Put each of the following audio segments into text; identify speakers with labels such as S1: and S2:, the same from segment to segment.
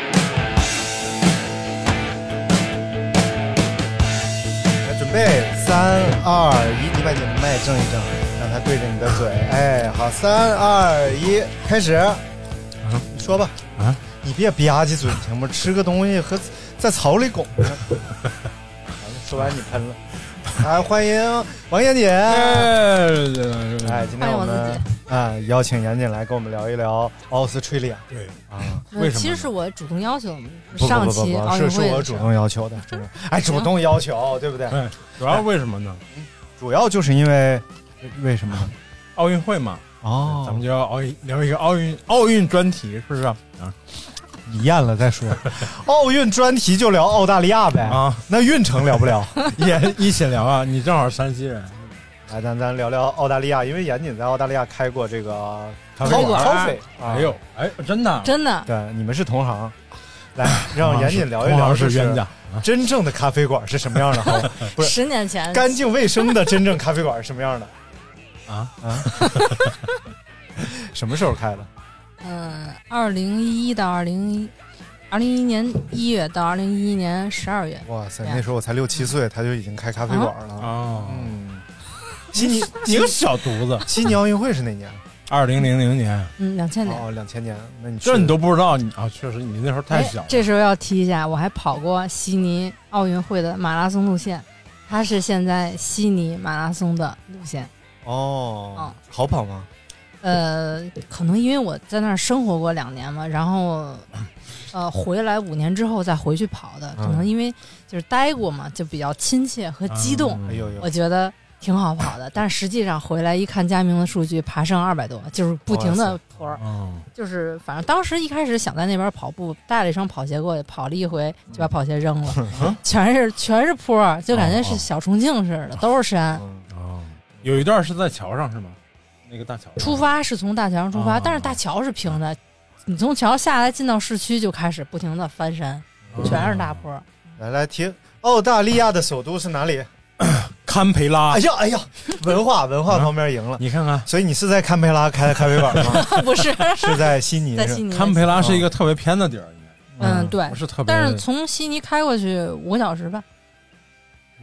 S1: 来哎准备三二一，你把你的麦正一正，让它对着你的嘴。哎，好，三二一，开始。你说吧。啊，你别吧唧嘴行吗？吃个东西和在草里拱着。完了，说完你喷了。来，欢迎王严姐。哎，今天我们啊邀请严姐来跟我们聊一聊奥斯吹利亚。对啊，为什么？
S2: 呃其实是我主动要求
S1: 不不不
S2: 上
S1: 不
S2: 期哦
S1: 不，
S2: 奥
S1: 是
S2: 运
S1: 是
S2: 会
S1: 我
S2: 的时
S1: 主
S2: 候
S1: 动要求的，主动哎，主动要求，对不对？
S3: 哎，主要为什么呢？
S1: 主要就是因为为什么呢？
S3: 奥运会嘛，
S1: 哦
S3: 咱们就要奥运聊一个奥运奥运专题，是不是啊？
S1: 你咽了再说。 奥运专题就聊澳大利亚呗。
S3: 啊，
S1: 那运城聊不聊？
S3: 也一起聊啊！你正好山西人，
S1: 来，哎咱咱聊聊澳大利亚，因为严谨在澳大利亚开过这个
S3: 咖啡馆
S1: 咖啡啊。
S3: 哎呦，哎，真的，
S2: 真的
S1: 对，你们是同 行，来让严谨聊一
S3: 同
S1: 聊，
S3: 行是冤家，
S1: 真正的咖啡馆是什么 样的？好吧，不是
S2: 十年前，
S1: 干净卫生的真正咖啡馆是什么样的？
S3: 啊
S1: 啊！ 什么时候开的？
S2: 嗯，二零一一到二零一，二零一一年一月到二零一一年十二月，
S1: 哇塞，
S2: 对啊
S1: 那时候我才六七岁，他就已经开咖啡馆了。
S3: 哦，
S1: 嗯，悉尼
S3: 你个 小犊子！
S1: 悉尼奥运会是哪年？
S3: 二零零零年，
S2: 嗯，两千年。
S1: 哦，两千年。那你去
S3: 这你都不知道你啊？确实，你那时候太
S2: 哎
S3: 小了。
S2: 这时候要提一下，我还跑过悉尼奥运会的马拉松路线，它是现在悉尼马拉松的路线。
S1: 哦
S2: 哦，
S1: 好跑吗？
S2: 呃，可能因为我在那儿生活过两年嘛，然后呃回来五年之后再回去跑的，可能因为就是待过嘛，就比较亲切和激动，
S1: 哎呦呦
S2: 我，觉得挺好跑的。但实际上回来一看佳明的数据，爬升二百多，就是不停
S1: 哇
S2: 的坡儿，
S3: 嗯，
S2: 就是反正当时一开始想在那边跑步，带了一双跑鞋过去，跑了一回就把跑鞋扔了，全是全是坡儿，就感觉是小重庆似的，都是山。
S1: 嗯
S3: 哦，有一段是在桥上是吗？那个大桥上
S2: 出发是从大桥上出发，
S3: 啊
S2: 但是大桥是平的，你从桥下来进到市区就开始不停的翻山，
S3: 嗯哦
S2: 全是大坡。
S1: 来来听，澳大利亚的首都是哪里？
S3: 堪培拉
S1: 哎，呀哎呀，文化文化方面赢了。
S3: 你看看，
S1: 所以你是在堪培拉开的咖啡馆 吗？
S2: 不是
S1: 是在悉尼？
S2: 在
S1: 是吧
S2: 悉尼，
S3: 堪培拉是一个特别偏的地儿，应
S2: 嗯对
S3: 该不，是特别，
S2: 但是从悉尼开过去五个小时吧，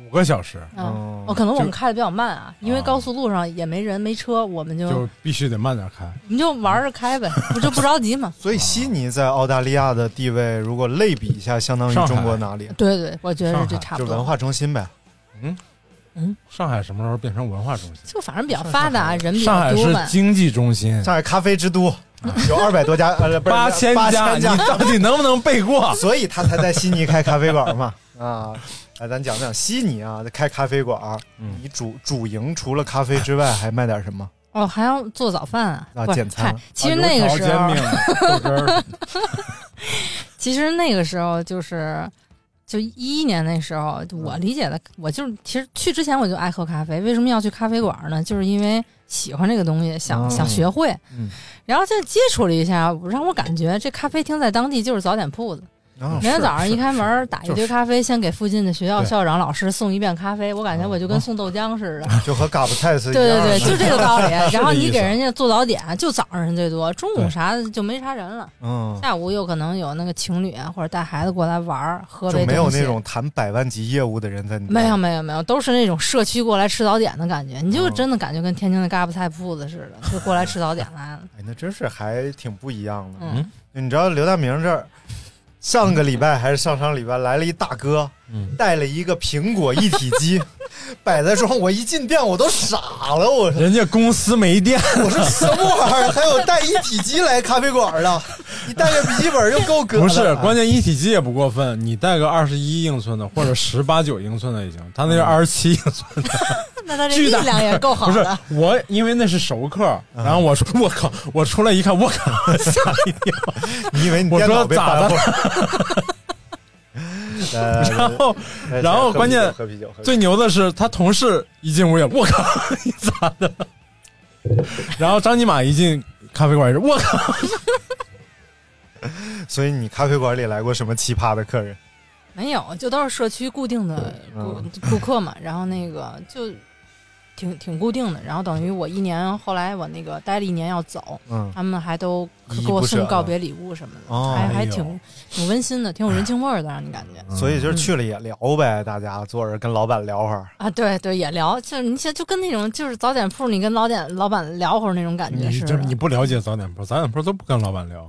S3: 五个小时
S2: 嗯，
S1: 哦
S2: 哦，可能我们开的比较慢啊，因为
S3: 啊
S2: 高速路上也没人没车，我们就
S3: 就必须得慢点开。
S2: 我们就玩着开 呗，不就不着急嘛。
S1: 所以悉尼在澳大利亚的地位，如果类比一下，相当于
S3: 上海
S1: 中国哪里？
S2: 对对，我觉得
S3: 上
S2: 这
S3: 海
S2: 差
S1: 就
S2: 不
S1: 文
S2: 多，嗯
S1: 化中心呗。
S3: 上海什么时候变成文化中心？
S2: 就反正比较发达，人比
S3: 上
S2: 较
S3: 海
S2: 多
S3: 是
S2: 嘛。
S3: 经济中心，
S1: 上海咖啡之都
S2: 嗯
S1: 有二百多家，呃，不是
S3: 八千
S1: 八
S3: 家，
S1: 千
S3: 你
S1: 家，？
S3: 到底能不能背过
S1: 所以他才在悉尼开咖啡馆 嘛。啊，来，咱讲讲悉尼啊，开咖啡馆，
S3: 嗯
S1: 你主主营除了咖啡之外，还卖点什么？
S2: 哦，还要做早饭啊，
S1: 啊
S2: 不是
S1: 简餐
S2: 嗨其实那个
S3: 啊油
S2: 时
S3: 条煎
S2: 候
S3: 饼、，豆汁儿，
S2: 其实那个时候就是，就一一年那时候，我
S1: 嗯
S2: 理解的，我就是其实去之前我就爱喝咖啡。为什么要去咖啡馆呢？就是因为喜欢这个东西，想、
S1: 哦
S2: 想学会。
S1: 嗯
S2: 然后就接触了一下，让我感觉这咖啡厅在当地就是早点铺子，
S1: 啊
S2: 嗯每天
S1: 是
S2: 早上一
S1: 是
S2: 开门
S1: 是
S2: 打一
S1: 就是
S2: 堆咖啡，先给附近的学校
S1: 对
S2: 校长老师送一遍咖啡，我感觉我就跟送豆浆似的。
S1: 就和嘎巴菜 是一
S2: 对对
S1: 样的
S2: 对，就这个 道理。然后你给人
S1: 家，
S2: 家做早点，就早上人最多，中午
S1: 对
S2: 啥的就没啥人了。
S1: 嗯，
S2: 下午有可能有那个情侣啊，或者带孩子过来玩儿，喝
S1: 就
S2: 杯
S1: 没有
S2: 东西
S1: 那种谈百万级业务的人在你
S2: 没有没有没有，都是那种社区过来吃早点的感觉，你
S1: 哦
S2: 就真的感觉跟天津的嘎巴菜铺子似的，就过来吃早点来了。
S1: 哎，那真是还挺不一样的。
S2: 嗯，
S1: 你知道刘大明这儿上个礼拜还是上上礼拜来了一大哥，
S3: 嗯
S1: 带了一个苹果一体机，摆在桌上，我一进店我都傻了，我说
S3: 人家公司没电，
S1: 我说什么玩意儿？还有带一体机来咖啡馆的？你带个笔记本就够格了。
S3: 不是，关键一体机也不过分，你带个二十一英寸的或 者十八九英寸的也行，他那是二十七英寸的，
S2: 那他这
S3: 巨
S2: 力
S3: 大
S2: 量也够好
S3: 不是
S2: 的。
S3: 我，因为那是熟客，然后我说我靠，我出来一看，我靠，吓一跳，
S1: 你以为你
S3: 我
S1: 电脑
S3: 说
S1: 被
S3: 咋
S1: 搬
S3: 的
S1: 过？ 来来来
S3: 然后
S1: 来
S3: 然后
S1: 呃喝啤酒
S3: 关键
S1: 喝啤酒，喝啤酒
S3: 最牛的是，他同事一进屋也，我靠， 你咋的？然后张尼玛一进咖啡馆也是，我靠，
S1: 所以你咖啡馆里来过什么奇葩的客人？
S2: 没有，就都是社区固定的顾
S1: 嗯
S2: 顾客嘛，然后那个就挺挺固定的，然后等于我一年后来我那个待了一年要走，
S1: 嗯
S2: 他们还都
S1: 依依
S2: 给我
S1: 不舍
S2: 送告
S1: 啊
S2: 别礼物什么的，
S1: 哦
S2: 还
S3: 哎
S2: 还
S3: 呦
S2: 挺挺温馨的，挺有人情味儿的，让你感 觉。
S3: 嗯
S1: 所以就是去了也聊呗，大家坐着跟老板聊会儿。
S2: 啊，对对，也聊，就是你像就跟那种就是早点铺，你跟老点老板聊会儿那种感觉
S3: 你
S2: 似
S3: 就
S2: 的。
S3: 你不了解早点铺，早点铺都不跟老板聊，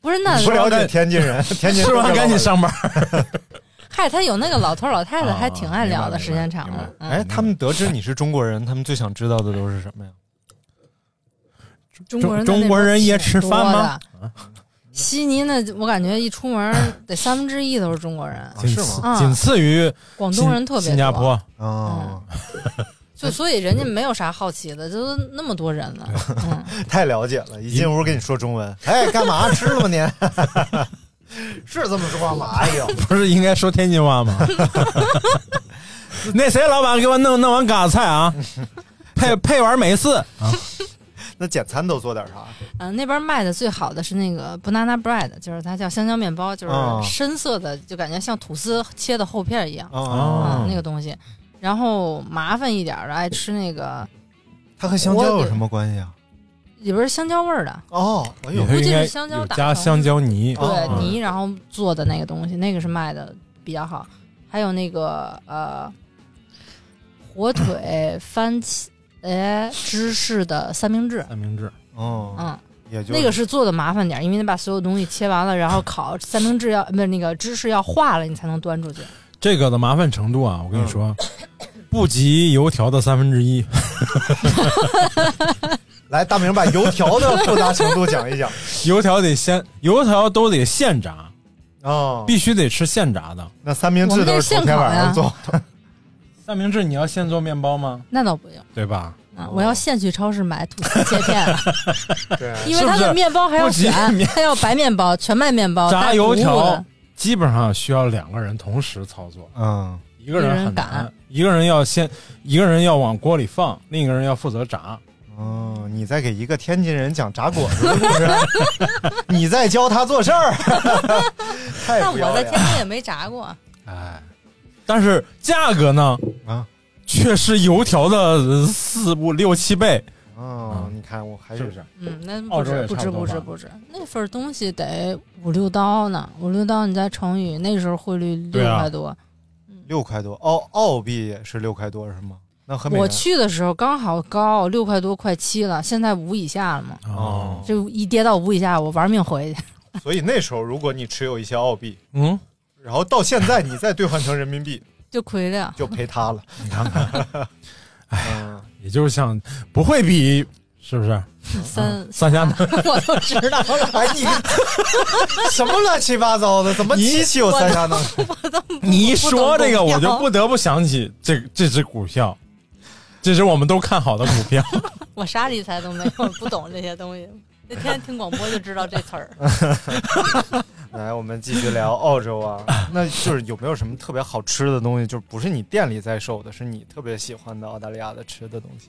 S2: 不是 那
S1: 你不了解天津人，天津人
S3: 吃完赶紧。上班。
S2: 嗨，他有那个老头儿老太太，
S3: 啊
S2: 还挺爱聊的，
S3: 明白
S2: 时间长
S3: 明白
S2: 了。嗯
S1: 哎，他们得知你是中国人，他们最想知道的都是什么呀？
S2: 嗯中国人在
S3: 中
S2: 那
S3: 中国
S2: 边
S3: 人也吃
S2: 挺
S3: 饭
S2: 多
S3: 吗
S2: 的？悉尼呢，我感觉一出门儿得三分之一都是中国人，
S1: 啊
S3: 仅
S1: 是
S3: 次
S1: 吗？
S2: 啊
S3: 仅次于
S2: 广东人特别多。啊
S3: 新加，坡，
S1: 哦，
S2: 就所以人家没有啥好奇的，就都那么多人了。嗯，
S1: 太了解了，一进屋跟你说中文，哎，干 嘛吃了吗您？是这么说话 吗？哎呦，
S3: 不是应该说天津话吗？那谁老板给我弄弄碗嘎子菜啊，配配碗美式。
S1: 那简餐都做点啥？
S2: 嗯，那边卖的最好的是那个 banana bread，就是它叫香蕉面包，就是
S1: 哦
S2: 深色的，就感觉像吐司切的厚片儿一样。
S1: 哦
S2: 嗯，那个东西。然后麻烦一点儿的爱吃那个
S1: 它和香蕉有什么关系啊？
S2: 里边儿香蕉味儿的，
S1: 哦，哎呦
S3: 也，是应该有加香蕉泥，
S2: 对
S1: 哦
S2: 泥，然后做的那个东西，那个是卖的比较好。还有那个呃，火腿番茄哎芝士的三明治，
S3: 三明治。
S1: 哦，
S2: 嗯，
S1: 也就
S2: 那个是做的麻烦点儿，因为你把所有东西切完了，然后烤三明治要不是那个芝士要化了，你才能端出去。
S3: 这个的麻烦程度啊，我跟你说，不及油条的三分之一。
S1: 来大明把油条的复杂程度讲一讲。
S3: 油条得先，油条都得现炸，
S1: 哦，
S3: 必须得吃现炸的。
S1: 那三明治都是头天晚上做的。
S3: 三明治你要现做面包吗？
S2: 那倒不用
S3: 对吧？
S2: 啊，我要现去超市买吐司切片了，
S1: 对，
S2: 因为它
S3: 是不
S2: 的
S3: 是
S2: 面包还要
S3: 不及
S2: 选
S3: 面，
S2: 它要白面包、全麦面包、
S3: 炸
S2: 哦带
S3: 油
S2: 谷物
S3: 条
S2: 的
S3: 基本上需要两个人同时操作，
S1: 嗯，
S3: 一个人
S2: 一个
S3: 很
S2: 人赶
S3: 难，一个人要先，一个人要往锅里放，另一个人要负责炸。
S1: 哦，你在给一个天津人讲炸果子，是不是？你在教他做事儿，太
S2: 但
S1: 不要
S2: 我在
S1: 脸
S2: 天
S1: 了
S2: 津也没炸过，
S3: 哎，但是价格呢，
S1: 啊！
S3: 却是油条的四五六七倍，
S1: 哦，你看我还
S3: 是不
S1: 是
S3: 是？
S2: 嗯，那
S3: 澳
S2: 不
S3: 洲也
S2: 止不
S3: 差
S2: 止
S3: 不多
S2: 不止
S3: 吧
S2: 不止，那份儿东西得五六刀呢，五六刀你再乘以那时候汇率六
S3: 对啊
S2: 块多，
S1: 六块多，澳澳币是六块多是吗？那和美啊
S2: 我
S1: 元
S2: 去的时候刚好高六块多快七了，现在五以下了嘛，
S1: 哦，
S2: 就一跌到五以下，我玩命回去。
S1: 所以那时候如果你持有一些澳币，
S3: 嗯，
S1: 然后到现在你再兑换成人民币，
S2: 就亏了，
S1: 就赔他了。
S3: 你看看，
S1: 嗯，
S3: 也就是想不会比是不是？
S2: 三
S3: 啊三峡南
S2: 我都知道了，
S1: 哎，你 什么乱七八糟的？怎么
S3: 你
S1: 机器有三峡能？
S3: 你一
S2: 不
S3: 说
S2: 懂
S3: 这个，
S2: 股
S3: 我就
S2: 票
S3: 不得不想起这这只股票，这是我们都看好的股 票。
S2: 我啥理财都没有，不懂这些东西。那天听广播就知道这词 儿，
S1: 来，我们继续聊澳洲 啊。那就是有没有什么特别好吃的东西？就是不是你店里在售的，是你特别喜欢的澳大利亚的吃的东西？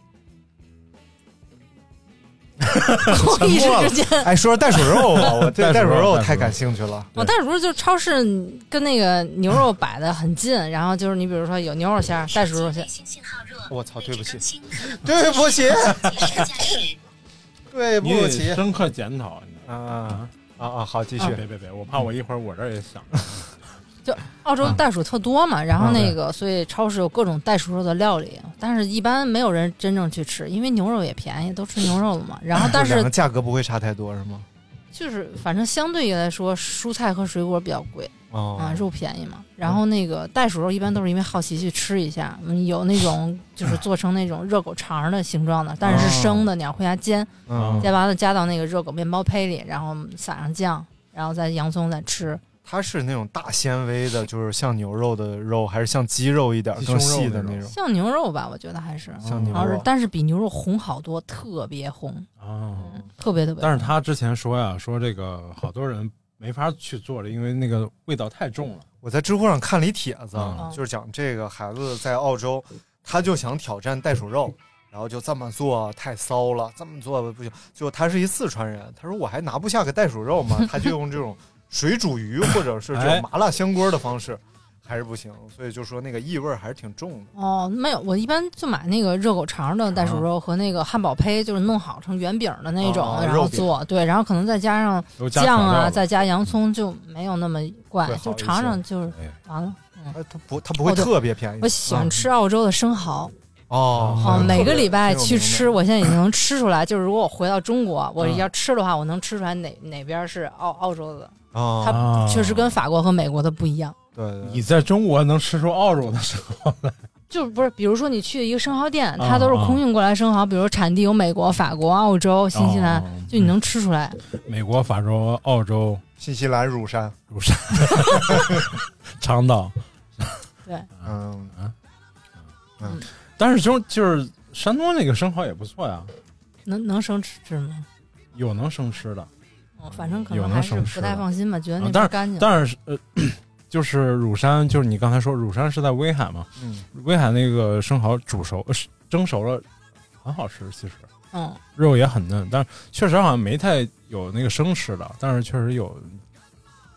S2: 一时之间
S1: 哎，说说袋鼠肉吧， 我对
S3: 袋
S1: 袋
S3: 鼠
S1: 鼠
S3: 肉
S1: 肉
S3: 袋鼠
S1: 太
S3: 肉
S1: 感兴趣了。
S2: 我袋鼠肉就是超市跟那个牛肉摆的很近，然后就是你比如说有牛肉馅儿、袋鼠肉馅儿，
S1: 我操，对不起，对不起，对
S3: 你
S1: 不
S3: 得
S1: 起
S3: 深刻检讨
S1: 啊啊啊！好，继续
S3: 啊别别别，我怕我一会儿我这儿也想。
S2: 就澳洲袋鼠特多嘛，然后那个所以超市有各种袋鼠肉的料理，但是一般没有人真正去吃，因为牛肉也便宜，都吃牛肉了嘛。然后 但
S1: 这两
S2: 是
S1: 个价格不会差太多是吗？
S2: 就是反正相对于来说，蔬菜和水果比较贵啊
S1: 哦，，
S2: 肉便宜嘛。然后那个袋鼠肉一般都是因为好奇去吃一下，嗯有那种 就是做成那种热狗肠儿的形状的，但是是生
S1: 哦
S2: 的，你要回家煎，
S1: 嗯，
S2: 煎完了加到那个热狗面包胚里，然后撒上酱，然后再洋葱再吃。
S1: 它是那种大纤维的，就是像牛肉的肉，还是像鸡肉一点儿
S3: 鸡胸
S1: 更
S3: 肉
S1: 细的
S3: 那
S1: 那
S3: 种
S1: 种？
S2: 像牛肉吧，我觉得还是，
S1: 像牛
S2: 然后是
S1: 肉，
S2: 但是比牛肉红好多，特别红，
S3: 哦，
S2: 特别特别红。
S3: 但是他之前说呀，说这个好多人没法去做了，因为那个味道太重了。
S1: 我在知乎上看了一帖子，啊
S3: 嗯
S1: 就是讲这个孩子在澳洲，他就想挑战袋鼠肉，然后就这么做太骚了，这么做不行。就他是一四川人，他说我还拿不下个袋鼠肉嘛，他就用这种水煮鱼或者是这种麻辣香锅的方式，还是不行。所以就说那个异味儿还是挺重的。
S2: 哦，没有，我一般就买那个热狗肠的袋鼠肉和那个汉堡胚，就是弄好成圆饼的那种，
S1: 啊哦
S2: 然
S1: 肉
S2: 后
S1: 饼
S2: 做对，然后可能再加上
S3: 都加
S2: 酱
S3: 调料
S2: 啊，
S3: 了
S2: 再加洋葱，就没有那么怪
S1: 会，好
S2: 就
S1: 一些
S2: 尝尝就是
S3: 哎啊
S2: 完了。
S1: 哎，他不，他不会
S2: 哦对
S1: 特别便宜。嗯
S2: 我喜欢吃澳洲的生蚝，
S3: 嗯
S1: 哦，
S2: 哦，每个
S1: 特别
S2: 礼拜
S1: 挺有
S2: 去
S1: 名的
S2: 吃，我现在已经能吃出来。就是如果我回到中国，
S3: 嗯
S2: 我要吃的话，我能吃出来哪哪边是澳澳洲的，
S1: 哦，
S2: 它
S3: 啊
S2: 确实跟法国和美国的不一样。
S1: 对对对
S3: 你在中国能吃出澳洲的生蚝来，
S2: 就不是，比如说你去一个生蚝店，它
S3: 啊
S2: 都是空运过来生蚝，比如产地有美国、法国、澳洲、新西兰
S3: 哦，
S2: 就你能吃出来。
S3: 美国、法洲、澳洲、
S1: 新西兰乳山，
S3: 乳山、长岛，
S2: 对，
S1: 嗯，
S3: 但是中就是山东那个生蚝也不错呀，
S2: 能能生吃吃吗？
S3: 有能生吃的，
S2: 哦反正可
S3: 有
S2: 能
S3: 能
S2: 还是
S3: 生吃
S2: 不太
S3: 的
S2: 放心吧，觉得
S3: 啊
S2: 那
S3: 但
S2: 边
S3: 是
S2: 干净。
S3: 但是呃。 就是乳山，就是你刚才说乳山是在威海嘛？
S1: 嗯，
S3: 威海那个生蚝煮熟、呃蒸熟了，很好吃，其实。
S2: 嗯，
S3: 肉也很嫩，但是确实好像没太有那个生吃的，但是确实有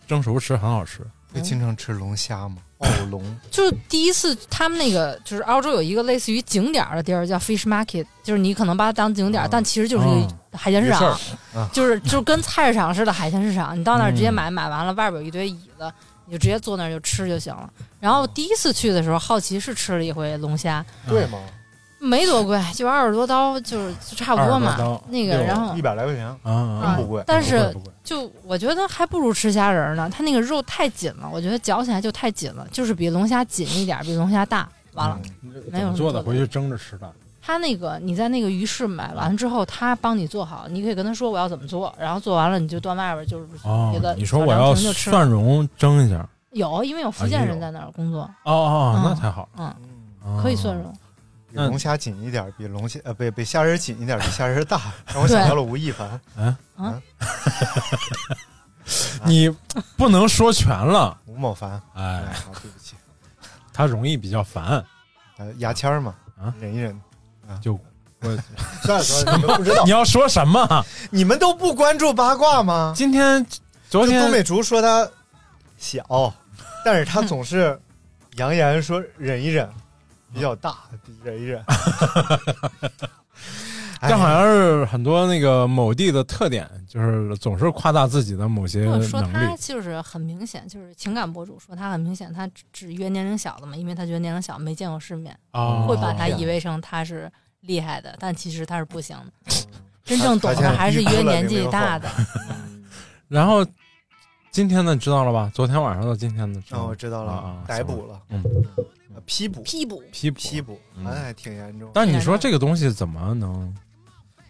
S3: 蒸熟吃很好吃。
S1: 会经常吃龙虾吗？澳哦龙，
S2: 就是第一次他们那个就是澳洲有一个类似于景点儿的地儿叫 Fish Market，就是你可能把它当景点儿，
S1: 嗯
S2: 但其实就是一
S3: 嗯
S2: 个海鲜市
S3: 没
S2: 场
S3: 事，嗯
S1: 啊
S2: 就是就是跟菜市场似的海鲜市场，你到那儿直接买，买完了外边有一堆椅子，你就直接坐那儿就吃就行了。然后第一次去的时候，好奇是吃了一回龙虾，
S1: 对吗？
S2: 没多贵，就二十多刀，就是就差不多
S3: 20多
S2: 嘛
S3: 刀。
S2: 那个，
S3: 对
S2: 然后
S1: 一百来块钱，
S3: 啊
S1: 真
S3: 啊
S1: 不贵。
S2: 嗯但
S3: 不贵
S2: 是
S3: 不贵
S2: 就我觉得还不如吃虾仁儿呢，它那个肉太紧了，我觉得嚼起来就太紧了，就是比龙虾紧一点，比龙虾大。完了，
S1: 嗯
S2: 没有
S3: 怎么做的，
S2: 做的
S3: 回去蒸着吃的。
S2: 它那个你在那个鱼市买完之后，他帮你做好，你可以跟他说我要怎么做，然后做完了你就端外边就是别的
S3: 哦，你说
S2: 小
S3: 我
S2: 凉
S3: 要
S2: 亭就吃
S3: 蒜蓉蒸一下。
S2: 有，因为有福
S3: 啊
S2: 建
S3: 也
S2: 人
S3: 有
S2: 在那儿工作，
S3: 哦哦，
S2: 嗯
S3: 那太好了，
S2: 嗯，
S3: 哦
S2: 可以蒜。蓉。
S1: 比龙虾紧一点，比龙虾呃，比比虾仁紧一点，比虾仁大，让我想到了吴亦凡。
S2: 啊
S3: 你不能说全了，
S1: 吴某凡，哎，
S3: 哎，
S1: 好，对不起，
S3: 他容易比较烦。
S2: 哦
S1: 呃，牙签儿嘛
S3: 啊，
S1: 忍一忍，
S3: 就我，
S1: 算了算了，你们不知 道
S3: 你，要说什么？
S1: 你们都不关注八卦吗？
S3: 今天、昨
S1: 就
S3: 天
S1: 东北竹说他小，但是他总 是扬言说忍一忍，比较大，忍 一忍。哎
S3: 这好像是很多那个某地的特点，就是总是夸大自己的某些
S2: 或
S3: 能
S2: 者说他
S3: 力。
S2: 就是很明显，就是情感博主说他很明显，他只只约年龄小的嘛，因为他觉得年龄小没见过世面，
S3: 哦
S2: 会把他
S1: 这样
S2: 以为成他是厉害的，但其 实他是不行的。真正懂
S1: 他现
S2: 的
S1: 在
S2: 还是
S1: 低估
S2: 约
S1: 了
S2: 年纪
S1: 00后
S2: 大的。
S3: 然后今天呢，知道了吧？昨天晚上到今天呢，知道
S1: 哦，
S3: 吗
S1: 我知道
S3: 啊
S1: 了
S3: 啊，
S1: 逮捕了，
S3: 嗯，
S1: 呃批捕，
S2: 批捕
S3: 批捕
S1: 批捕，
S3: 嗯
S1: 哎，挺严重。
S3: 但你说这个东西怎么能？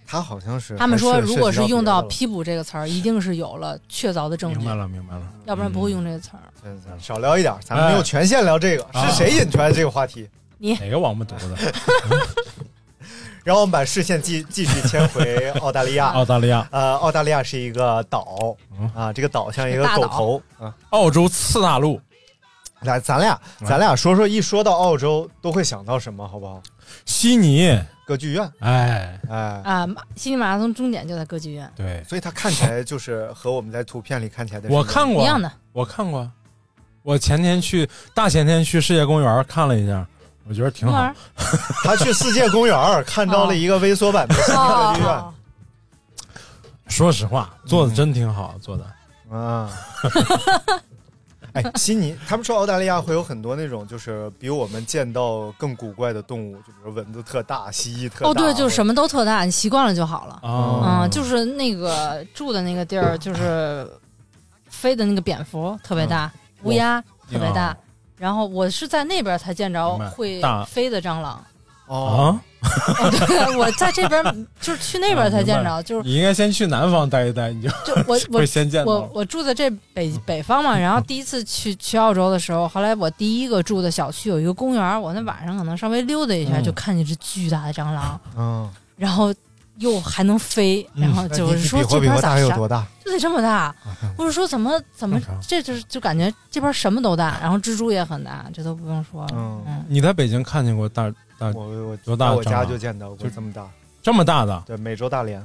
S1: 他好像是
S2: 他们说，
S1: 还涉
S2: 如果
S1: 涉及
S2: 是用
S1: 到别的了
S2: 到批捕这个词儿，一定是有了确凿的证
S3: 明
S2: 据
S3: 白，了，明白 了，
S2: 要不然不会用这个词儿。
S1: 嗯少聊一点，咱们没有权限聊这个，
S3: 哎
S1: 是谁引出来这个话题？
S3: 哪个王八犊 子？
S1: 然后我们把视线继继续迁回澳大利亚
S3: 澳。大利亚、
S1: 呃，澳大利亚是一个岛
S3: 哦嗯
S1: 啊，这个岛像一个
S2: 大
S1: 狗
S2: 岛
S1: 头啊，
S3: 澳洲次大陆
S1: 来，咱俩
S3: 嗯
S1: 咱俩说说，一说到澳洲都会想到什么，好不好？
S3: 悉尼
S1: 歌剧院，
S3: 哎
S1: 哎，
S2: 啊，悉尼马拉松终点就在歌剧院，
S3: 对，
S1: 所以它看起来就是和我们在图片里看起来的是
S3: 我看过
S2: 一样的，
S3: 我看过，我前天去大前天去世界公园看了一下，我觉得挺
S2: 公
S3: 好
S2: 园。
S1: 他去世界公园看到了一个微缩版的新歌剧院
S2: 哦，
S3: 说实话，
S1: 嗯
S3: 做的真挺好，做的
S1: 啊。哎，悉尼，他们说澳大利亚会有很多那种就是比我们见到更古怪的动物，就比如蚊子特大，蜥蜴特大。
S2: 哦，对，就是什
S1: 么？
S2: 么都特大，你习惯了就好了。
S3: 啊
S1: 哦
S2: 嗯，就是那个住的那个地儿，就是飞的那个蝙蝠特别大，乌鸦特别大
S3: 啊。
S2: 然后我是在那边才见着会
S3: 明白大
S2: 飞的蟑螂，
S1: 哦，
S3: 啊！
S2: 哦、对，我在这边就是去那边才见着，就是
S3: 你应该先去南方待一待，你就
S2: 就我我
S3: 会先见
S2: 我
S3: 到。
S2: 我住在这北
S1: 嗯
S2: 北方嘛，然后第一次去去澳洲的时候，后来我第一个住的小区有一个公园，我那晚上可能稍微溜达一下，
S3: 嗯
S2: 就看见只巨大的蟑螂，
S1: 嗯，
S2: 然后又还能飞，
S3: 嗯
S2: 然后
S1: 那
S2: 啊就
S1: 你
S2: 是
S1: 你比
S2: 说这
S1: 划比
S2: 边
S1: 划
S2: 咋
S1: 大有
S2: 啥
S1: 多嗯大？
S2: 就得这么大，我是说怎么怎么
S3: 正常
S2: 这就是就感觉这边什么都大，然后蜘蛛也很大，这都不用说了。
S1: 嗯
S2: 嗯，
S3: 你在北京看见过大
S1: 我我
S3: 多大
S1: 在
S3: 的
S1: 我家
S3: 蟑螂
S1: 就见到过
S3: 就
S1: 这么大，
S3: 这么大的？
S1: 对，美洲大 蠊，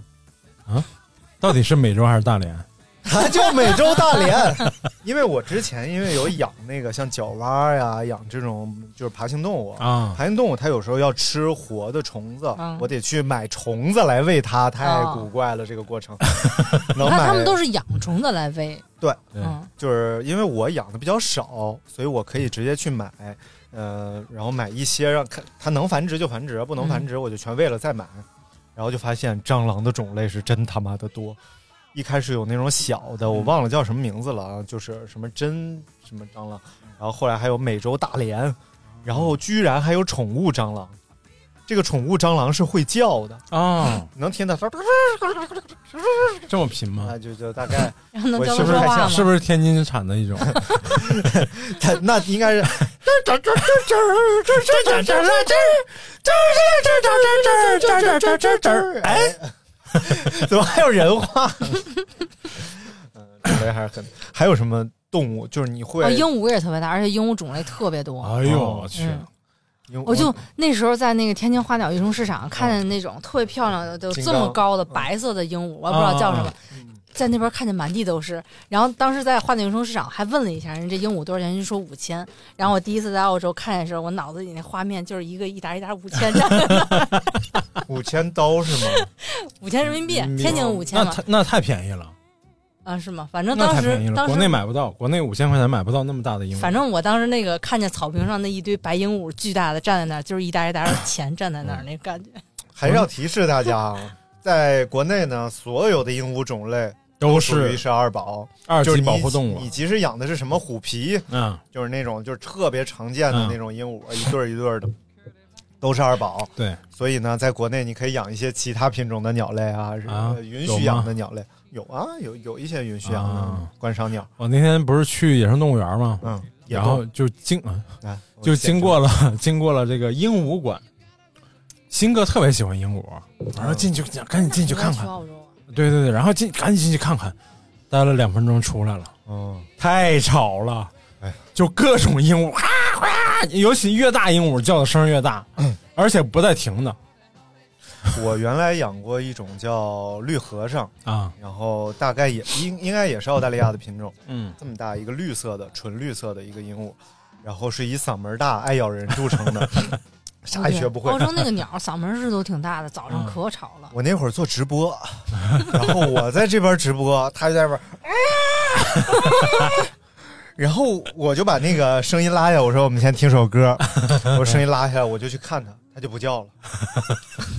S3: 到底是美洲还是大连？
S1: 它啊就美洲大蠊。 因为我之前因为有养那个像角蛙呀，养这种就是爬行动物，
S3: 啊
S1: 爬行动物它有时候要吃活的虫子，
S2: 嗯
S1: 我得去买虫子来喂它，太
S2: 哦
S1: 古怪了、这个过 程。
S2: 你
S1: 能
S2: 看
S1: 买
S2: 他们都是养虫的来喂，
S1: 对，
S3: 对
S2: 嗯，
S1: 就是因为我养的比较少，所以我可以直接去买，呃，然后买一些让看它能繁殖就繁殖，不能繁殖我就全喂了再买。然后就发现蟑螂的种类是真他妈的多。一开始有那种小的，我忘了叫什么名字了啊，就是什么真什么蟑螂，然后后来还有美洲大蠊，然后居然还有宠物蟑螂。这个宠物蟑螂是会叫的，
S3: 啊，
S1: 能听到它
S3: 这么贫吗
S1: 啊，？就就大概
S2: 然后能
S1: 我
S2: 教
S1: 是
S2: 他
S1: 不是
S2: 说
S1: 还
S2: 话吗？
S3: 是不是天津产的一种？
S1: 它那应该是哎，怎么还有人话？嗯，种类还是很。还有什么动物？就是你会
S2: 哦，鹦鹉也特别大，而且鹦鹉种类特别多。
S3: 哎呦我去！
S2: 嗯
S1: 鹦鹉
S2: 我就那时候在那个天津花鸟育虫市场看
S3: 啊
S2: 见那种特别漂亮的，都
S1: 金
S2: 这
S1: 刚
S2: 么高
S3: 嗯
S2: 的白色的鹦鹉，我也不知
S3: 啊
S2: 道叫什么，在那边看见满地都是。然后当时在花鸟育虫市场还问了一下人，这鹦鹉多少钱？人家说五千。然后我第一次在澳洲看见的时候，我脑子里那画面就是一个一沓一沓五千 张，
S1: 五千刀是吗？
S2: 五千人民币，
S3: 嗯
S2: 天津五千
S3: 那
S2: 嘛
S3: 太，那太便宜了，
S2: 啊是吗？反正
S3: 那
S2: 当
S3: 太
S2: 时
S3: 便宜了，
S2: 当
S3: 国内
S2: 时。
S3: 买不到，国内五千块钱买不到那么大的鹦鹉。
S2: 反正我当时那个看见草坪上那一堆白鹦鹉，巨大的站在那儿，就是一沓一沓的钱站在那
S3: 嗯
S2: 儿，那感觉。
S1: 还是要提示大家啊，在国内呢，所有的鹦鹉种类
S3: 都
S1: 属于
S3: 是
S1: 是二宝，
S3: 二
S1: 就是
S3: 级
S1: 你
S3: 保护动物
S1: 你。即使养的是什么虎皮，
S3: 嗯，
S1: 就是那种就是特别常见的
S3: 嗯
S1: 那种鹦鹉，一对儿一对儿的，都是二宝。
S3: 对，
S1: 所以呢，在国内你可以养一些其他品种的鸟类啊，是
S3: 啊
S1: 呃允许养的鸟类有啊，有有一些允许养的
S3: 啊
S1: 观赏鸟，
S3: 我那天不是去野生动物园吗？
S1: 嗯，
S3: 然后就经啊
S1: 野动啊
S3: 就经过了经过了这个鹦鹉馆。新哥特别喜欢鹦鹉，然后进去赶紧进去看看
S2: 去。澳洲啊
S3: 对对对，然后进赶紧进去看看，待了两分钟出来了。
S1: 嗯，
S3: 太吵了，
S1: 哎
S3: 就各种鹦鹉，啊啊，尤其越大鹦鹉叫的声儿越大，
S1: 嗯
S3: 而且不带停的
S1: 我原来养过一种叫绿和尚，
S3: 啊，
S1: 然后大概也应应该也是澳大利亚的品种，
S3: 嗯，
S1: 这么大一个绿色的纯绿色的一个鹦鹉，然后是以嗓门大、爱咬人著称的，啥也学不会
S2: 澳。洲哦那个鸟嗓门是都挺大的，早上可吵了。
S1: 我那会儿做直播， 然后我在这边直播，他就在那边， 啊然后我就把那个声音拉下，我说我们先听首歌，我声音拉下来，我就去看他，他就不叫了，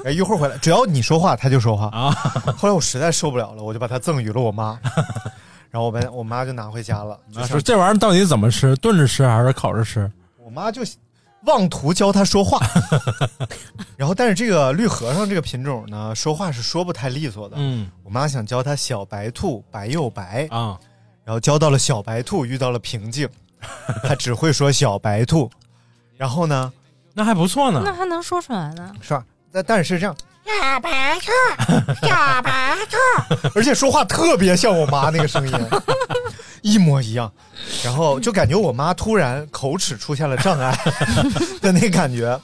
S1: 哎，一会儿回来，只要你说话，他就说话
S3: 啊。
S1: 后来我实在受不了了，我就把它赠予了我妈，然后我们我妈就拿回家了，就
S3: 啊
S1: 是
S3: 说这玩意儿到底怎么吃，炖着吃还是烤着吃？
S1: 我妈就妄图教它说话，然后但是这个绿和尚这个品种呢，说话是说不太利索的，
S3: 嗯
S1: 我妈想教它小白兔白又白，
S3: 啊，
S1: 然后教到了小白兔遇到了瓶颈，它只会说小白兔，然后呢
S3: 那还不错
S2: 那
S3: 呢，
S2: 还能说出来呢？
S1: 是吧？但但是这样，小白兔，小白兔，而且说话特别像我妈那个声音，一模一样，然后就感觉我妈突然口齿出现了障碍的那感觉。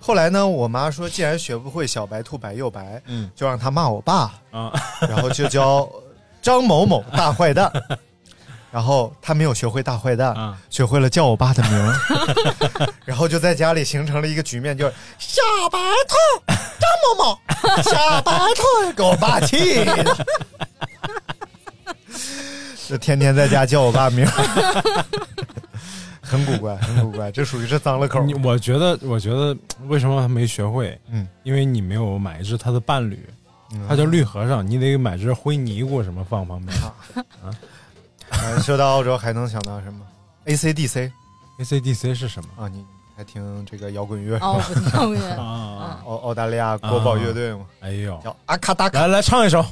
S1: 后来呢，我妈说，既然学不会小白兔白又白，
S3: 嗯，
S1: 就让她骂我爸，
S3: 啊，
S1: 然后就教张某某大坏蛋。然后她没有学会大坏蛋，学会了叫我爸的名儿， 然后就在家里形成了一个局面，就是小白兔张某某，小白兔给我爸气的，就天天在家叫我爸名儿， 很古怪，很古怪，这属于是脏了口 儿。
S3: 你我觉得，我觉得为什么还没学会？
S1: 嗯，
S3: 因为你没有买一只它的伴侣，
S1: 嗯
S3: 它叫绿和尚，你得买只灰尼姑什么放旁边。啊，
S1: 呃说到澳洲还能想到什么？ACDC，ACDC
S3: 是什么
S1: 啊？你还听这个摇滚乐？
S2: 哦我不听摇滚乐
S3: 啊
S1: 澳澳大利亚国宝乐队吗？
S3: 哎呦，
S1: 叫阿卡达卡。
S3: 来来唱一首。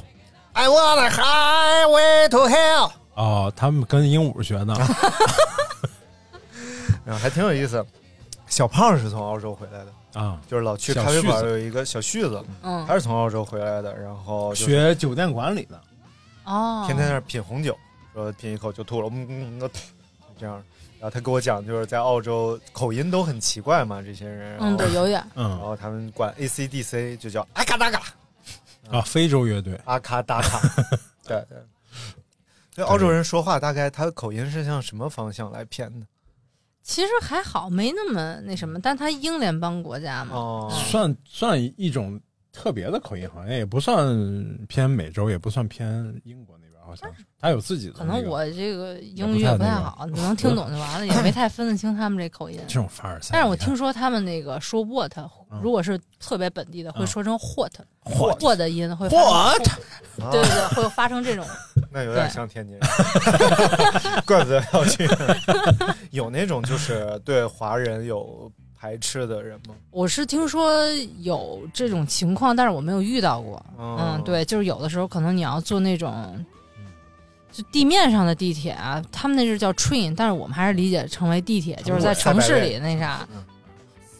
S1: I wanna highway to hell。
S3: 哦，他们跟鹦鹉学的。
S1: 啊然嗯后还挺有意思。小胖是从澳洲回来的
S3: 啊，
S1: 就是老去
S3: 小
S1: 咖啡
S3: 旭
S1: 馆
S3: 子
S1: 有一个小旭子，
S2: 嗯
S1: 他是从澳洲回来的，然后就是
S3: 学酒店管理的。
S2: 哦，
S1: 天天在那儿品红酒，说品一口就吐了，嗯嗯，那、这样。然后他跟我讲，就是在澳洲口音都很奇怪嘛，这些人。
S2: 嗯对有点
S3: 嗯
S1: 然后他们管 ACDC 就叫阿卡达卡，
S3: 啊，非洲乐队。
S1: 阿卡达 卡。对对。所以澳洲人说话大概他的口音是向什么方向来偏的？
S2: 其实还好，没那么那什么，但它英联邦国家嘛，
S1: 哦
S3: 算算一种特别的口音，好像也不算偏美洲，也不算偏英国那边，好像他有自己的
S2: 嗯可
S3: 那个、
S2: 能我这个英语也不太好，
S3: 也不太那个
S2: 你能听懂就完了，也没太分得清他们这口音。
S3: 这种凡尔赛。
S2: 但是我听说他们那个说 what，如果是特别本地的，
S3: 嗯
S2: 会说成 what
S3: What
S2: 或的音会发成
S1: What
S2: 对对对，会发生这种。
S1: 那有点像天津人， 怪不得要去。有那种就是对华人有排斥的人吗？
S2: 我是听说有这种情况，但是我没有遇到过。
S1: 哦
S2: 嗯，对，就是有的时候可能你要坐那种，就地面上的地铁啊，他们那是叫 train，但是我们还是理解成为地铁，就是在城市里那啥。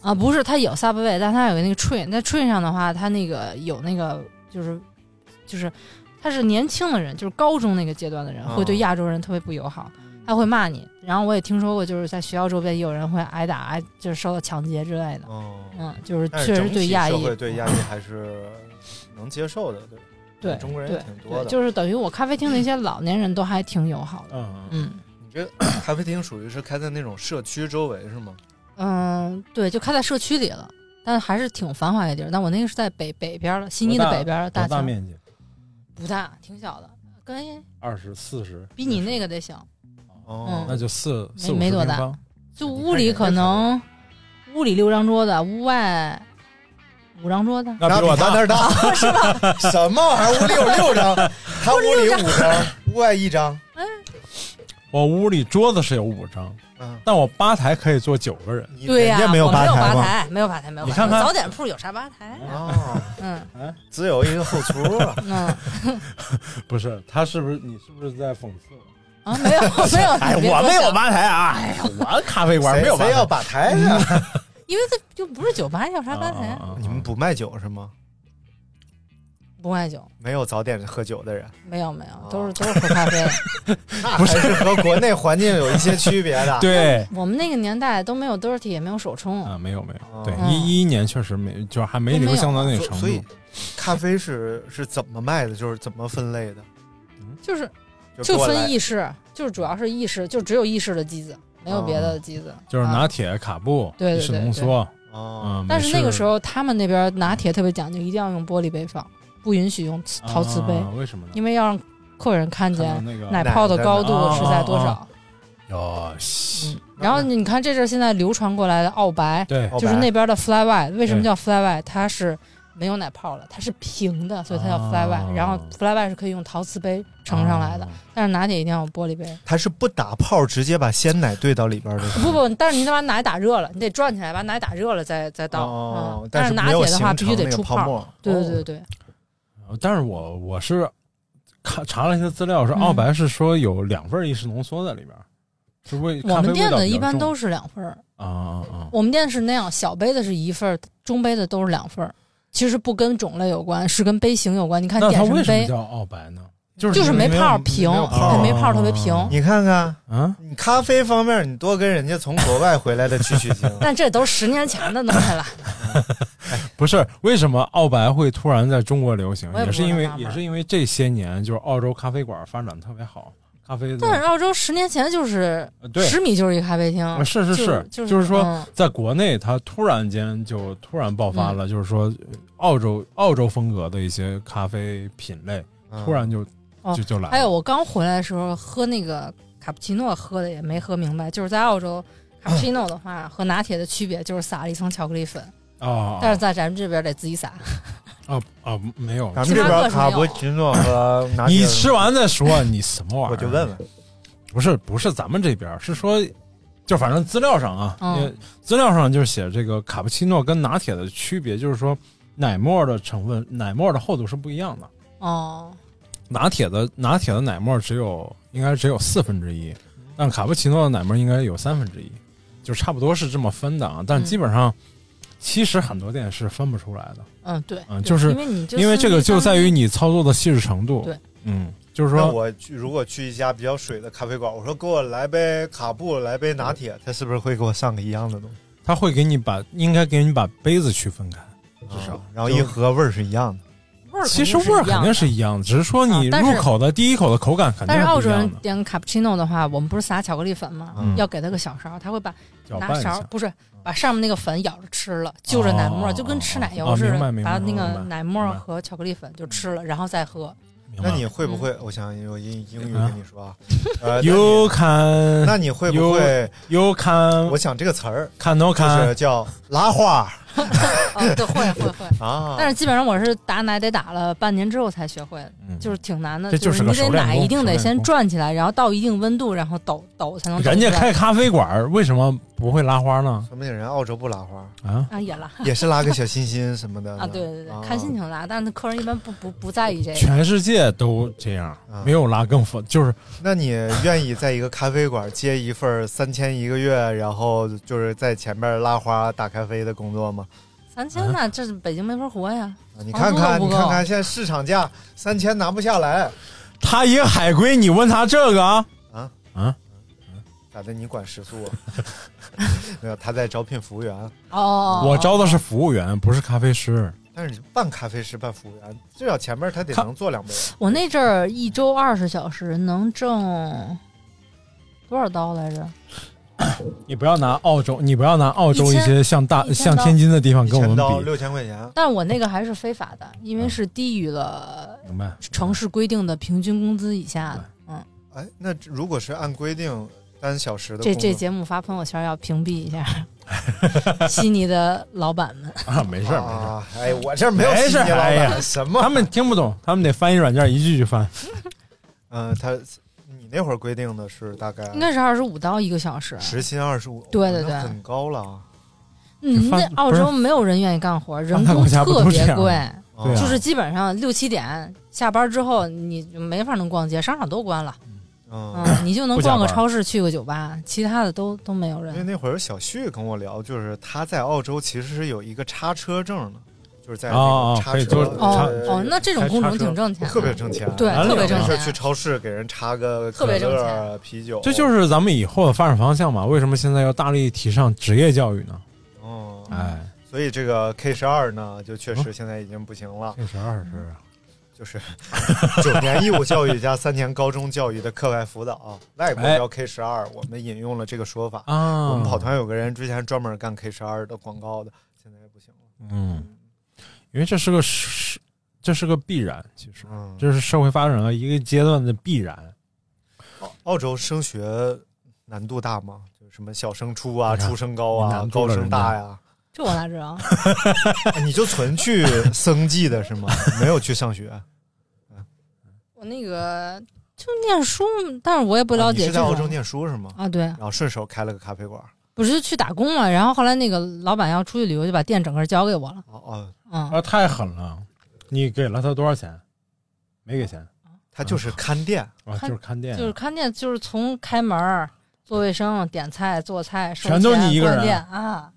S2: 啊，不是，它有 subway，但它有那个 train，在 train 上的话，它那个有那个就是就是，他是年轻的人，就是高中那个阶段的人，
S4: 哦
S2: 会对亚洲人特别不友好，他会骂你。然后我也听说过，就是在学校周边也有人会挨打，挨就是受到抢劫之类的。
S1: 哦，
S2: 嗯，就是
S1: 但
S2: 确实
S1: 整
S2: 对
S1: 体
S2: 亚
S1: 社
S2: 裔
S1: 会对亚裔还是能接受的，对吧
S2: 对
S1: 中国人也
S2: 对
S1: 挺多
S2: 对，
S1: 的，
S2: 就是等于我咖啡厅那些老年人都还挺友好的。
S3: 嗯
S2: 嗯
S1: 你这咖啡厅属于是开在那种社区周围是吗？
S2: 嗯，对，就开在社区里了，但还是挺繁华的地儿。但我那个是在北北边了，悉尼的北边了，
S3: 多大
S2: 大
S3: 面积，
S2: 不大，挺小的，跟
S3: 二十四十，
S2: 比你那个得小，
S3: 哦
S2: 嗯
S3: 那就四四五十
S2: 没没多
S3: 平
S2: 大
S3: 方。，
S2: 就屋里可能屋里六张桌子，屋外五张桌子，
S3: 那比我大
S1: 那儿大
S2: 是吧？
S1: 什么玩意儿？屋里有六 张，他屋里五张，屋外一张。
S3: 我屋里桌子是有五张，
S1: 嗯，
S3: 但我吧台可以坐九个人。
S2: 对
S3: 人
S2: 呀、
S3: 家
S2: 我
S3: 没
S2: 没
S3: 有吧
S2: 吧
S3: 台吗
S2: 台，没有吧台，没有吧台。
S3: 你看看
S2: 早点铺有啥吧台？
S1: 哦，
S2: 嗯
S1: 只有一个后厨啊。
S2: 嗯，
S3: 不是，他是不是你是不是在讽刺我？
S2: 啊，没有没有，
S3: 哎，
S2: 你别
S3: 我
S2: 多
S3: 没有
S2: 想
S3: 吧台啊！哎呀， 我咖啡馆
S1: 谁
S3: 没有吧台，。
S1: 谁要吧台啊？
S2: 因为这就不是酒吧，要啥吧台？
S1: 哦你们不卖酒是吗？
S2: 不卖酒，
S1: 没有早点喝酒的人，
S2: 没有没有，都是都是喝咖啡。
S1: 那还是和国内环境有一些区别的
S3: 对
S2: 我们那个年代都没有 dirty，也没有手冲，
S3: 啊，没有没有，对
S2: 嗯
S3: 一一年确实没，就是还没流行到那个程度。
S1: 哦所以，咖啡是是怎么卖的？就是怎么分类的？
S2: 就是
S1: 就
S2: 就
S1: 过来
S2: 分意式，就是主要是意式，就只有意式的机子，没有别的机子。
S3: 哦就是
S1: 啊
S3: 拿铁、卡布、
S2: 对对
S3: 意式
S2: 对
S3: 浓
S2: 对
S3: 缩。
S1: 哦
S3: 嗯，
S2: 但是那个时
S3: 候
S2: 候他们那边拿铁特别讲究，一定要用玻璃杯放，不允许用瓷陶瓷杯，
S3: 啊为什么呢
S2: 因为要让客人看见
S3: 看到那个哦
S2: 奶泡的高度是在多
S3: 奶
S2: 少嗯
S3: 的。哟
S1: 嗯哦
S3: 西，
S2: 然后你看这阵儿现在流传过来的澳白，
S3: 对
S1: 哦
S2: 就是那边的 fly y 为什
S1: 嗯
S2: 么
S3: 对
S2: 叫 fly y 它是没有奶泡了，它是平的，所以它
S1: 啊
S2: 叫 fly y、然后 fly y 是可以用陶瓷杯盛上来的，但是拿铁一定要有玻璃杯。
S1: 它是不打泡，直接把鲜奶兑到里边儿的。
S2: 不不，但是你得把奶打热了，你得转起来，把奶打热了再再倒。
S1: 哦
S2: 嗯，
S1: 但是
S2: 是拿
S1: 没有
S2: 铁的话
S1: 形
S2: 必须
S1: 成
S2: 得
S1: 那个
S2: 出
S1: 泡沫
S2: 对对
S1: 哦
S2: 对对，
S3: 嗯但是我我是看查了一些资料，
S2: 嗯
S3: 说澳白是说有两份意式浓缩在里边儿，是为
S2: 我们店的一般都
S3: 是
S2: 是两份儿，
S3: 啊啊啊，
S2: 我们店是那样，小杯的是一份儿，中杯的都是两份儿。其实不跟种类有关，是跟杯型有关。你看
S3: 那
S2: 点
S3: 它
S2: 什么
S3: 为什么
S2: 杯
S3: 叫？澳白呢？就是
S2: 就是没
S3: 没有
S2: 泡儿平，
S3: 没有泡儿
S2: 它没泡儿
S1: 啊
S2: 特别平。。
S1: 哦你看看，
S3: 啊，
S1: 你咖啡方面，你多跟人家从国外回来的取取经
S2: 但这都是十年前的东西了，
S3: 不是为什么澳白会突然在中国流行，
S2: 我也
S3: 也
S2: 不
S3: 是因
S2: 知
S3: 为
S2: 道
S3: 也是因为这些年就是澳洲咖啡馆发展特别好，咖啡的
S2: 但是澳洲十年前就是
S3: 呃嗯对
S2: 十米就是一咖啡厅，
S3: 啊是是，
S2: 就是就是
S3: 说
S2: 嗯，
S3: 在国内它突然间就突然爆发了，
S2: 嗯
S3: 就是说澳洲澳洲风格的一些咖啡品类
S1: 嗯
S3: 突然就
S2: 哦
S3: 就就来了。
S2: 还有我刚回来的时候喝那个卡布奇诺喝的也没喝明白，就是在澳洲卡布奇诺的话和拿铁的区别就是撒了一层巧克力粉，
S3: 啊
S2: 但是在咱们这边得自己撒。
S3: 啊啊没有，
S1: 咱们这边卡布奇诺和拿铁
S3: 你吃完再说，你什么玩意儿？
S1: 我就问问，
S3: 不是不是咱们这边儿，是说，就反正资料上啊，
S2: 嗯
S3: 因为资料上就是写这个卡布奇诺跟拿铁的区别，就是说奶沫的成分、奶沫的厚度是不一样的。
S2: 哦，
S3: 拿铁的拿铁的奶沫只有应该只有四分之一，但卡布奇诺的奶沫应该有三分之一，就差不多是这么分的啊。
S2: 嗯
S3: 但基本上，其实很多店是分不出来的，
S2: 嗯，对，
S3: 嗯，
S2: 对
S3: 就是
S2: 因为你就
S3: 因为这个就在于
S2: 你
S3: 你操作的细致程度。
S2: 对，
S3: 嗯，就是
S1: 那
S3: 说
S1: 我去如果去一家比较水的咖啡馆，我说给我来杯卡布，来杯拿铁，他是不是会给我上个一样的东西？
S3: 他会给你把应该给你把杯子区分开。
S1: 至
S3: 少
S1: 然后一喝味儿是一样的。
S2: 味儿
S3: 其实
S2: 肯定是
S3: 味儿
S2: 一样
S3: 肯定
S2: 的
S3: 是一样的，只是说你
S2: 啊但是
S3: 入口的第一口的口感肯定
S2: 但是澳
S3: 不
S2: 洲
S3: 一样
S2: 人
S3: 的。
S2: 点卡布奇诺的话，我们不是撒巧克力粉吗？
S3: 嗯
S2: 要给他个小勺，他会把
S3: 搅
S2: 拿
S3: 拌一
S2: 勺
S3: 下
S2: 不是把上面那个粉咬着吃了，就着奶沫儿，
S3: 哦
S2: 就跟吃奶
S3: 哦
S2: 油
S3: 哦
S2: 似的，
S3: 明白明白
S2: 把那
S3: 明白
S2: 个奶沫
S3: 明
S2: 儿
S3: 白嗯
S2: 和巧克力粉就吃了，然后再喝。
S3: 明白
S1: 那你会不
S2: 嗯
S1: 会？我想用英英语
S3: 啊
S1: 跟你说 啊，呃，
S3: You can，
S1: 那你会不会？
S3: You can，
S1: 我想这个词儿
S3: can no
S1: 就是
S3: can，
S1: 叫 拉花
S2: 哦，对，会会会。
S1: 啊。
S2: 但是基本上我是打奶得打了半年之后才学会的，
S3: 嗯
S2: 就是挺难的。
S3: 这
S2: 就
S3: 就是个
S2: 你得
S3: 熟练
S2: 奶
S3: 工
S2: 一定
S3: 熟
S2: 得
S3: 练
S2: 先
S3: 工
S2: 转起来，然后到一定温度，然后抖抖才能抖
S3: 人家
S2: 出来
S3: 开咖啡馆儿为什么不会拉花呢？
S1: 说明人家澳洲不拉花，
S3: 啊，
S2: 啊也拉
S1: 也是拉个小心心什么的
S2: 啊，对对对，
S1: 啊
S2: 看心情拉，但是客人一般不不不在意这
S3: 哦
S2: 个。
S3: 全世界都这样
S1: 啊，
S3: 没有拉更疯，就是
S1: 那你愿意在一个咖啡馆接一份三千一个月，然后就是在前面拉花打咖啡的工作吗？
S2: 三千呢，这是北京没法活呀。
S1: 啊你看看，
S2: 工作不
S1: 你
S2: 够
S1: 看看，现在市场价三千拿不下来，
S3: 他一个海归，你问他这个啊
S1: 啊
S3: 啊，
S1: 咋的？你管食宿 啊？没有，他在招聘服务员，
S2: 哦，
S3: 我招的是服务员，不是咖啡师。
S1: 但是你半咖啡师半服务员，至少前面他得
S3: 看
S1: 能做两杯。
S2: 我那阵儿一周二十小时能挣多少刀来着？
S3: 你不要拿澳洲，你不要拿澳洲
S2: 一
S3: 一
S2: 千
S3: 些像大
S2: 一千
S3: 像
S2: 刀
S3: 天津的地方
S1: 一
S3: 跟我
S1: 千
S3: 们
S1: 刀
S3: 比，
S1: 六千块钱，
S2: 但我那个还是非法的，因
S1: 啊
S2: 为是低于了
S3: 明白？
S2: 城市规定的平均工资以下的。嗯，
S1: 哎，那如果是按规定单小时的
S2: 这
S1: 工
S2: 这
S1: 作
S2: 节目发朋友圈要屏蔽 一下悉尼的老板们。
S3: 啊，没事儿没事儿。
S1: 啊，哎，我这儿没有
S3: 没
S1: 细
S3: 事
S1: 节
S3: 儿
S1: 老
S3: 哎呀
S1: 板什么？
S3: 他们听不懂，他们得翻译软件一句句翻。
S1: 嗯，他你那会儿规定的是大概
S2: 应该是二十五刀一个小时。
S1: 时薪二十五，
S2: 对对
S1: 那
S2: 对
S1: 很高了啊。
S2: 嗯，
S3: 发
S2: 那澳
S3: 不是
S2: 洲没有人愿意干活，人
S3: 发达
S2: 工
S3: 国家不
S2: 特
S3: 都这
S2: 别
S3: 样吗
S2: 贵，
S1: 嗯
S3: 对啊
S2: 就是基本上六七点下班之后，你就没法能逛街，商场都关了。
S1: 嗯，
S2: 嗯，你就能
S3: 不加
S2: 逛个
S3: 班
S2: 超市，去个酒吧，其他的都都没有
S1: 因为
S2: 人。
S1: 那会儿小旭跟我聊，就是他在澳洲其实是有一个叉车证的，就是在那
S3: 哦
S1: 个
S3: 哦
S1: 叉
S3: 可以
S1: 车
S3: 做叉
S2: 哦
S1: 呃
S2: 哦，那这种工种挺挣钱的，
S1: 特别挣钱，啊
S2: 对，
S3: 哪里
S2: 特别挣
S1: 没事儿去
S2: 钱。
S1: 超市给人插个
S2: 特别挣钱
S1: 可乐啊、啤酒，
S3: 这就是咱们以后的发展方向嘛？为什么现在要大力提倡职业教育呢？
S1: 嗯，
S3: 哎，
S1: 所以这个 K 十二呢，就
S3: 嗯
S1: 确实现在已经不行了，
S3: 这是二十，
S1: 就是九年义务教育加三年高中教育的课外辅导，啊外国
S3: 哎
S1: 叫 K 十二，我们引用了这个说法。
S3: 啊，
S1: 我们跑团有个人之前专门干 K 十二的广告的，现在也不行了。
S3: 嗯，因为这是个是，这是个必然，其实
S1: 嗯，
S3: 这是社会发展的一个阶段的必然。
S1: 澳澳洲升学难度大吗？就是什么小升初啊、
S3: 哎呀
S1: 初升高
S3: 你
S1: 啊
S3: 难、住
S1: 高
S3: 了
S1: 升大呀、
S2: 这我哪知道？
S1: 哎你就纯去生计的是吗？没有去上学？
S2: 我那个就念书，但是我也不了
S1: 啊你
S2: 解
S1: 是
S2: 这
S1: 在澳
S2: 种
S1: 洲念书是吗？
S2: 啊，对，
S1: 然后顺手开了个咖啡馆。
S2: 不是去打工嘛。然后后来那个老板要出去旅游，就把店整个交给我了。
S1: 哦哦，
S2: 嗯，
S3: 啊，太狠了！你给了他多少钱？没给钱
S1: 他就是看店，
S3: 啊，就
S2: 看
S3: 是看店，
S2: 就是看店，就是从开门儿、做卫生、点菜、做菜，收
S3: 全都
S2: 钱
S3: 你一个人
S2: 关店啊。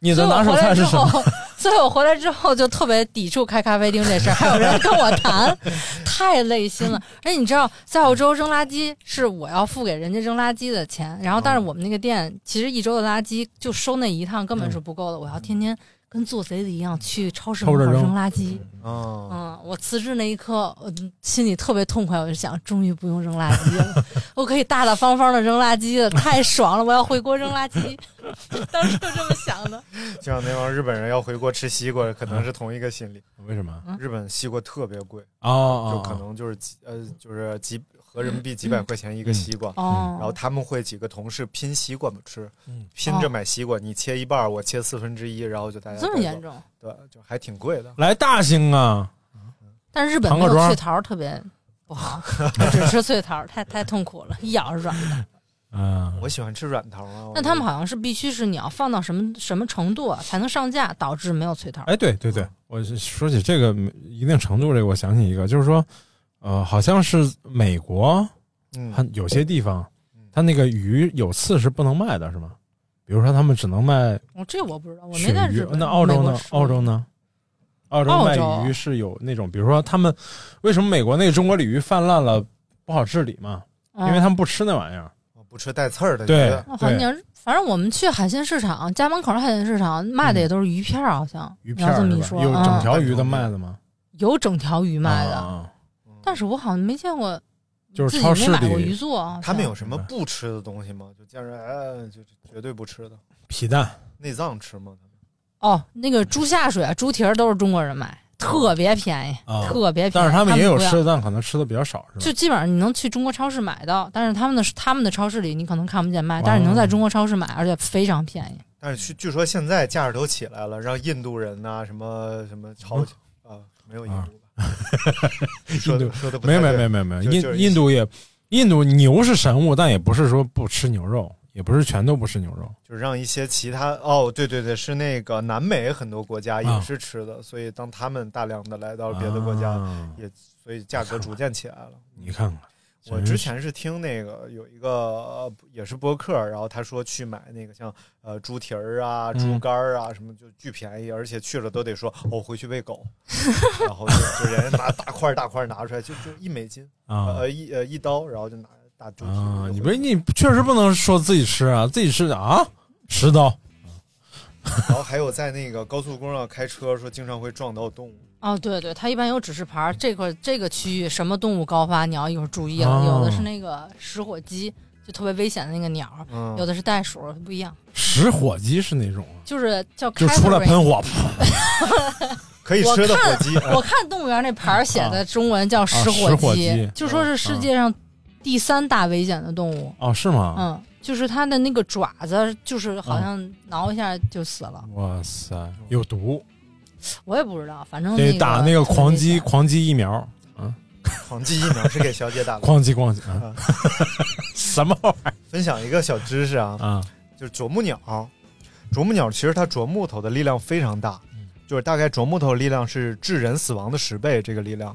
S3: 你的
S2: 所以我
S3: 拿手
S2: 回来
S3: 菜
S2: 之
S3: 是什么？
S2: 后？所以我回来之后就特别抵触开咖啡厅这事儿，还有人跟我谈，太累心了。而且你知道，在澳洲扔垃圾是我要付给人家扔垃圾的钱，然后但是
S3: 哦
S2: 我们那个店其实一周的垃圾就收那一趟根
S3: 嗯
S2: 本是不够的，我要天天跟做贼的一样去超市门口
S3: 偷着扔
S2: 扔垃圾。
S1: 哦，
S2: 嗯，我辞职那一刻，我心里特别痛快，我就想，终于不用扔垃圾了，我可以大大方方的扔垃圾了，太爽了！我要回国扔垃圾， 当时就这么想的。
S1: 就像那帮日本人要回国吃西瓜，可能是同一个心理。
S3: 为什
S2: 嗯
S3: 么？
S1: 日本西瓜特别贵
S3: 哦
S1: 就可能就是几呃，就是几合人民币几百块钱一个西瓜，
S2: 嗯哦
S1: 然后他们会几个同事拼西瓜嘛吃，
S3: 嗯
S1: 拼着买西瓜，你切一半儿，我切四分之一，然后就大家
S2: 这么
S1: 带走
S2: 严重？
S1: 对，就还挺贵的。
S3: 来大兴啊，
S2: 但是日本
S3: 庞
S2: 没
S3: 各
S2: 有
S3: 庄
S2: 脆桃儿特别 不好，我只吃脆桃儿，太太痛苦了，一咬是软的。
S3: 嗯，
S1: 我喜欢吃软糖啊。
S2: 那他们好像是必须是你要放到什么什么程度啊才能上架，导致没有脆桃儿。
S3: 哎，对对
S1: 嗯
S3: 对，我是说起这个一定程度这个，我想起一个，就是说，呃，好像是美国，
S1: 嗯
S3: 它有些地方，它那个鱼有刺是不能卖的，是吗？比如说他们只能卖
S2: 我这我不知道，我没在
S3: 鳕
S2: 日
S3: 鱼，
S2: 本。
S3: 那澳洲
S2: 美国
S3: 呢？
S2: 吃
S3: 澳洲呢？澳洲
S2: 澳
S3: 卖
S2: 洲
S3: 鱼是有那种，比如说他们为什么美国那个中国鲤鱼泛滥了不好治理嘛？因
S2: 嗯
S3: 为他们不吃那玩意儿。
S1: 不吃带刺儿的，
S3: 对
S1: 觉得
S2: 哦好像反正我们去海鲜市场，家门口的海鲜市场卖的也都是鱼片儿，好像
S3: 嗯鱼
S2: 你
S3: 片
S2: 要
S3: 儿
S2: 这么一
S3: 是
S2: 说，
S3: 吧有整
S2: 嗯
S3: 条鱼的卖的吗？
S2: 有整条鱼卖的，
S3: 啊
S1: 嗯
S2: 但是我好像没见过，
S3: 就是
S2: 自己
S3: 超市
S2: 没买过
S3: 里
S2: 鱼做啊。
S1: 他们有
S2: 好
S1: 什么
S3: 嗯
S1: 不吃的东西吗？就见着哎，就绝对不吃的
S3: 皮蛋，
S1: 内脏吃吗？
S2: 像哦，那个猪下水、啊、猪蹄儿都是中国人买，特别便宜，
S3: 啊
S2: 特别便宜。
S3: 哦但是他们也有
S2: 不要
S3: 吃的，但可能吃的比较少，是吧？
S2: 就基本上你能去中国超市买到，但是他们的他们的超市里你可能看不见卖，
S3: 哦
S2: 但是你能在中国超市买，而且非常便宜。
S1: 但
S3: 嗯
S1: 是据据说现在价值都起来了，让印度人呐、什么什么朝啊，没有印度吧？说
S3: 印
S1: 的
S3: 度
S1: 说的不
S3: 没
S1: 太
S3: 有没有没
S1: 对
S3: 有没有没有，
S1: 就就是
S3: 印印度也印度牛是神物，但也不是说不吃牛肉，也不是全都不吃牛肉。
S1: 就是让一些其他哦，对对对，是那个南美很多国家也
S3: 啊
S1: 是吃的，所以当他们大量的来到了别的国家，
S3: 啊
S1: 也所以价格逐渐起来了。
S3: 你看看，
S1: 我之前是听那个有一个呃也是播客，然后他说去买那个像呃猪蹄儿啊、
S3: 嗯
S1: 猪肝儿啊、什么，就巨便宜，而且去了都得说哦回去 喂狗，然后就就人家拿大块儿大块儿拿出来，就就一美金
S3: 啊
S1: 呃一呃一刀，然后就拿大猪蹄
S3: 啊
S1: 儿，
S3: 你不是你确实不能说自己吃啊，自己吃啊，十刀
S1: 然后还有在那个高速公路上开车说经常会撞到动物，
S2: 哦，对对，它一般有指示牌儿，这块、这个区域什么动物高发，你要一会儿注意了。
S3: 哦哦
S2: 有的是那个食火鸡，就特别危险的那个鸟儿；
S1: 嗯
S2: 有的是袋鼠，不一样，
S3: 食火鸡是那种啊，
S2: 就是叫
S3: 就出来
S2: cavalry
S3: 喷火，噗
S1: 可以
S2: 我
S1: 吃的火
S2: 看
S1: 鸡，
S2: 我看动物园那牌儿写的中文叫食
S3: 啊食
S2: 火
S3: 火鸡啊
S2: 就说是世界上第三大危险的动物。
S3: 哦是吗？
S2: 嗯，就是它的那个爪子，就是好
S3: 啊
S2: 像挠一下就死了。
S3: 哇塞，有毒，
S2: 我也不知道，反正
S3: 得打那个狂鸡
S2: 特别危险
S3: 狂鸡疫苗，
S1: 狂哎鸡疫苗是给小姐 打的。
S3: 狂鸡狂鸡
S1: 嗯
S3: 啊， 什么玩意
S1: 分享一个小知识啊
S3: 儿，啊？
S1: 就是啄木鸟，啄木鸟其实它啄木头的力量非常大，
S2: 嗯
S1: 就是大概啄木头的力量是致人死亡的十倍这个力量，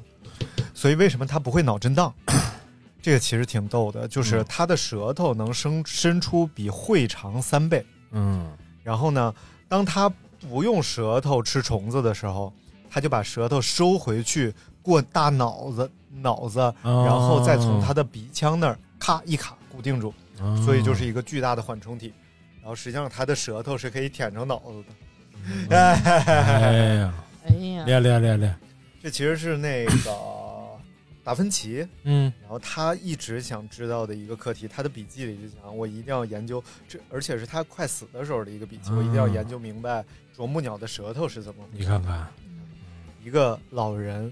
S1: 所以为什么它不会脑震荡？ 这个其实挺逗的，就是
S2: 嗯
S1: 它的舌头能伸伸出比喙长三倍，
S3: 嗯，
S1: 然后呢，当它不用舌头吃虫子的时候，它就把舌头收回去过大脑子脑子，
S3: 哦
S1: 然后再从它的鼻腔那儿咔一卡固定住。
S3: 啊
S1: 所以就是一个巨大的缓冲体。然后实际上它的舌头是可以舔成脑子的，哎，
S3: 哎呀，
S2: 哎呀，
S3: 练练练练，
S1: 这其实是那个达芬奇，
S3: 嗯
S1: 然后他一直想知道的一个课题，他的笔记里就讲，我一定要研究这，而且是他快死的时候的一个笔记，我一定要
S3: 嗯
S1: 研究明白啄木鸟的舌头是怎么回
S3: 你
S1: 事。
S3: 看看，
S1: 一个老人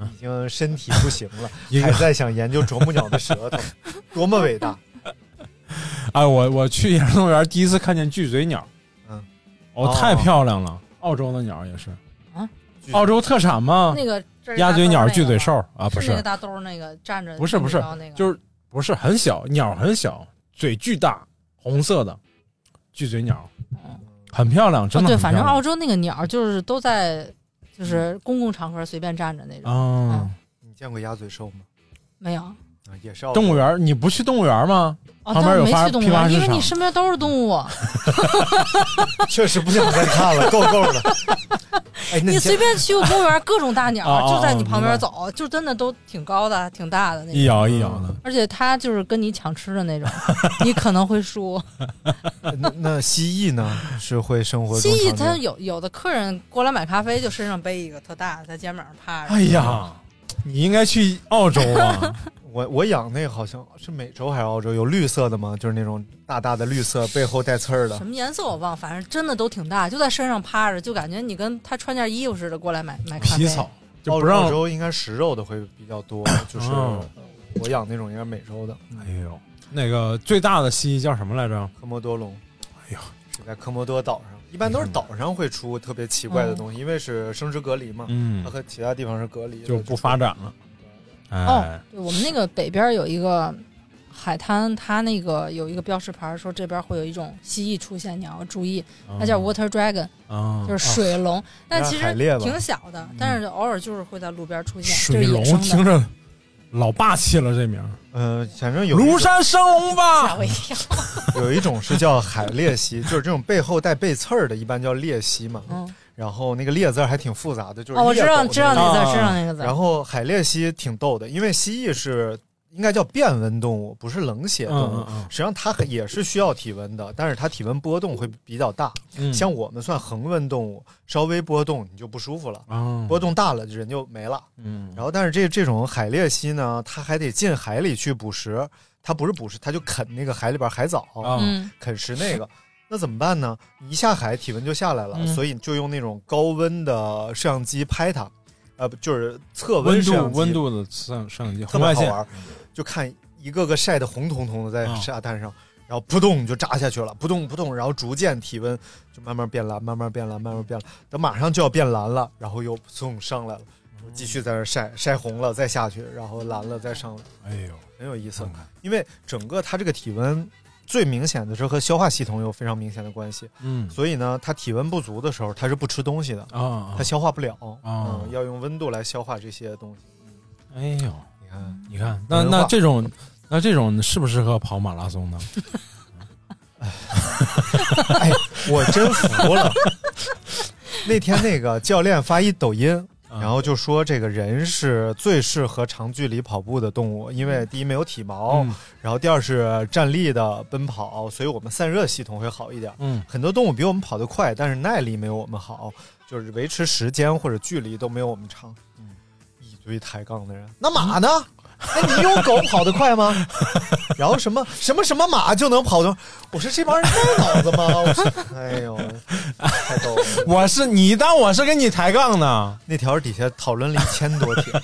S3: 嗯
S1: 已经身体不行 了，
S3: 一
S1: 还
S3: 个
S1: 在想研究啄木鸟的舌 头，多么伟大！
S3: 哎，我我去野生动物园第一次看见巨嘴鸟，
S1: 嗯，
S3: 哦
S1: 哦，
S3: 太漂亮了，澳洲的鸟也是
S2: 啊，
S3: 澳洲特产嘛，
S2: 那个这是
S3: 鸭嘴鸟、
S2: 大兜儿那个
S3: 巨嘴
S2: 吗
S3: 兽啊，不
S2: 是那个大兜儿那个站着
S3: 不是不是
S2: 那么高那个
S3: 就是不是很小，鸟很小，嘴巨大，红色的巨嘴鸟，很漂亮，真
S2: 嗯哦
S3: 的很漂
S2: 对，反正
S3: 亮，嗯
S2: 澳洲那个鸟就是都在就是公共场合随便站着那种，
S3: 啊
S2: 嗯，
S1: 你见过鸭嘴兽吗？
S2: 没有
S1: 啊，也是澳洲
S3: 动物园你不去动物园吗？
S2: 哦，
S3: 旁
S2: 但
S3: 边
S2: 我
S3: 有
S2: 没
S3: 发
S2: 去动物
S3: 批发
S2: 园，因
S3: 市
S2: 为
S3: 场
S2: 你，身边都是 动物，
S1: 确实不想再看了，够够的。哎，那
S2: 你随
S1: 先
S2: 便去个公园，各种大
S3: 哦
S2: 鸟
S3: 哦
S2: 就在你旁
S3: 明白哎
S2: 边走，就真的都挺高的，挺大的那
S3: 一
S2: 种。
S3: 摇一摇的，
S2: 而且它就是跟你抢吃的那 种，你可能会输。
S1: 那那蜥蜴呢？是会生活
S2: 蜥
S1: 中
S2: 蜴
S1: 常
S2: 它
S1: 见
S2: 有有的客人过来买咖啡，就身上背一个特大的，在肩膀上趴着。
S3: 哎呀，
S2: 嗯
S3: 你应该去澳洲 啊！
S1: 我我养那个好像是美洲还是澳洲，有绿色的吗？就是那种大大的绿色，背后带刺儿的
S2: 什。么颜色我忘，反正真的都挺大，就在身上趴着，就感觉你跟他穿件衣服似的过来买买咖啡。
S3: 皮草就
S1: 澳
S3: 不
S1: 澳
S3: 让，
S1: 洲应该食肉的会比较 多，就是
S3: 哦
S1: 我养那种应该美洲的
S3: 哎呦，那个最大的蜥蜴叫什么来着？
S1: 科莫多龙。
S3: 哎呦，
S1: 是在科莫多岛上，一般都是岛上会出特别奇怪的东西，因为是生殖隔离嘛，
S3: 嗯
S1: 它，和其他地方是隔离的，
S3: 就不发展了。
S2: 哦
S3: 哎，，
S2: 对我们那个北边有一个海滩，它那个有一个标识牌说这边会有一种蜥蜴出现，你要注意，
S3: 哦嗯
S2: 它叫 water dragon，、
S3: 啊，
S2: 就是水龙，但其
S1: 海
S2: 实
S1: 鬣吧
S2: 挺小的，但是偶尔就是会在路边出
S3: 嗯
S2: 现，
S3: 水
S2: 就
S3: 龙
S2: 是野生
S3: 听
S2: 的。
S3: 着老霸气了，这名儿
S1: 嗯、反正有一种
S3: 庐山升龙
S2: 吓
S3: 吧
S2: 我一跳！
S1: 有一种是叫海鬣蜥， 就是这种背后带背刺儿的，一般叫鬣蜥嘛。
S2: 嗯，
S1: 然后那个鬣字儿还挺复杂的，就是
S2: 哦，我知
S1: 猎狗
S2: 道，
S1: 那个
S2: 知道
S3: 啊
S2: 那个字，知道那个字。
S1: 然后海鬣蜥挺逗的，因为蜥蜴是应该叫变温动物，不是冷血动物。
S3: 嗯嗯嗯
S1: 实际上它也是需要体温的，但是它体温波动会比较大。
S3: 嗯
S1: 像我们算恒温动物，稍微波动你就不舒服了，
S3: 啊，
S1: 波动大了人就没了。
S3: 嗯，
S1: 然后，但是这这种海鬣蜥呢，它还得进海里去捕食，它不是捕食，它就啃那个海里边海藻，
S3: 啊
S2: 嗯，
S1: 啃食那个。那怎么办呢？你一下海，体温就下来了，
S3: 嗯
S1: 所以就用那种高温的摄像机拍它，呃，不就是测
S3: 温
S1: 摄像
S3: 度
S1: 机
S3: 温度的摄摄像机
S1: 特
S3: 红
S1: 别
S3: 外
S1: 好
S3: 线
S1: 玩，就看一个个晒得红彤彤的在
S3: 啊
S1: 沙滩上，然后扑通就扎下去了，扑通扑通，然后逐渐体温就慢慢变蓝，慢慢变蓝，慢慢变蓝，等马上就要变蓝了，然后又送上来了，继续在那儿晒晒红了，再下去，然后蓝了再上来，
S3: 哎呦，
S1: 很有意思
S3: 看。看
S1: 因为整个它这个体温最明显的是和消化系统有非常明显的关系，
S3: 嗯
S1: 所以呢，它体温不足的时候，它是不吃东西的，
S3: 啊啊
S1: 它，消化不了，
S3: 啊
S1: 嗯，要用温度来消化这些东西。
S3: 哎呦，
S1: 你看，
S3: 你看，那
S1: 文化
S3: 那这种，那这种适不适合跑马拉松呢？
S1: 哎， 我真服了。 那天那个教练发一抖音，
S3: 啊
S1: 然后就说这个人是最适合长距离跑步的动物，因为第一没有体毛，
S3: 嗯
S1: 然后第二是站立的奔跑，所以我们散热系统会好一点。
S3: 嗯
S1: 很多动物比我们跑得快，但是耐力没有我们好，就是维持时间或者距离都没有我们长。一堆抬杠的人，嗯那马呢？哎，你有狗跑得快 吗？然后什么什么什么马就能跑得？我说这帮人带脑子吗？我说 哎呦，太逗了！
S3: 我是你当我是跟你抬杠呢？
S1: 那条底下讨论了一千多 天，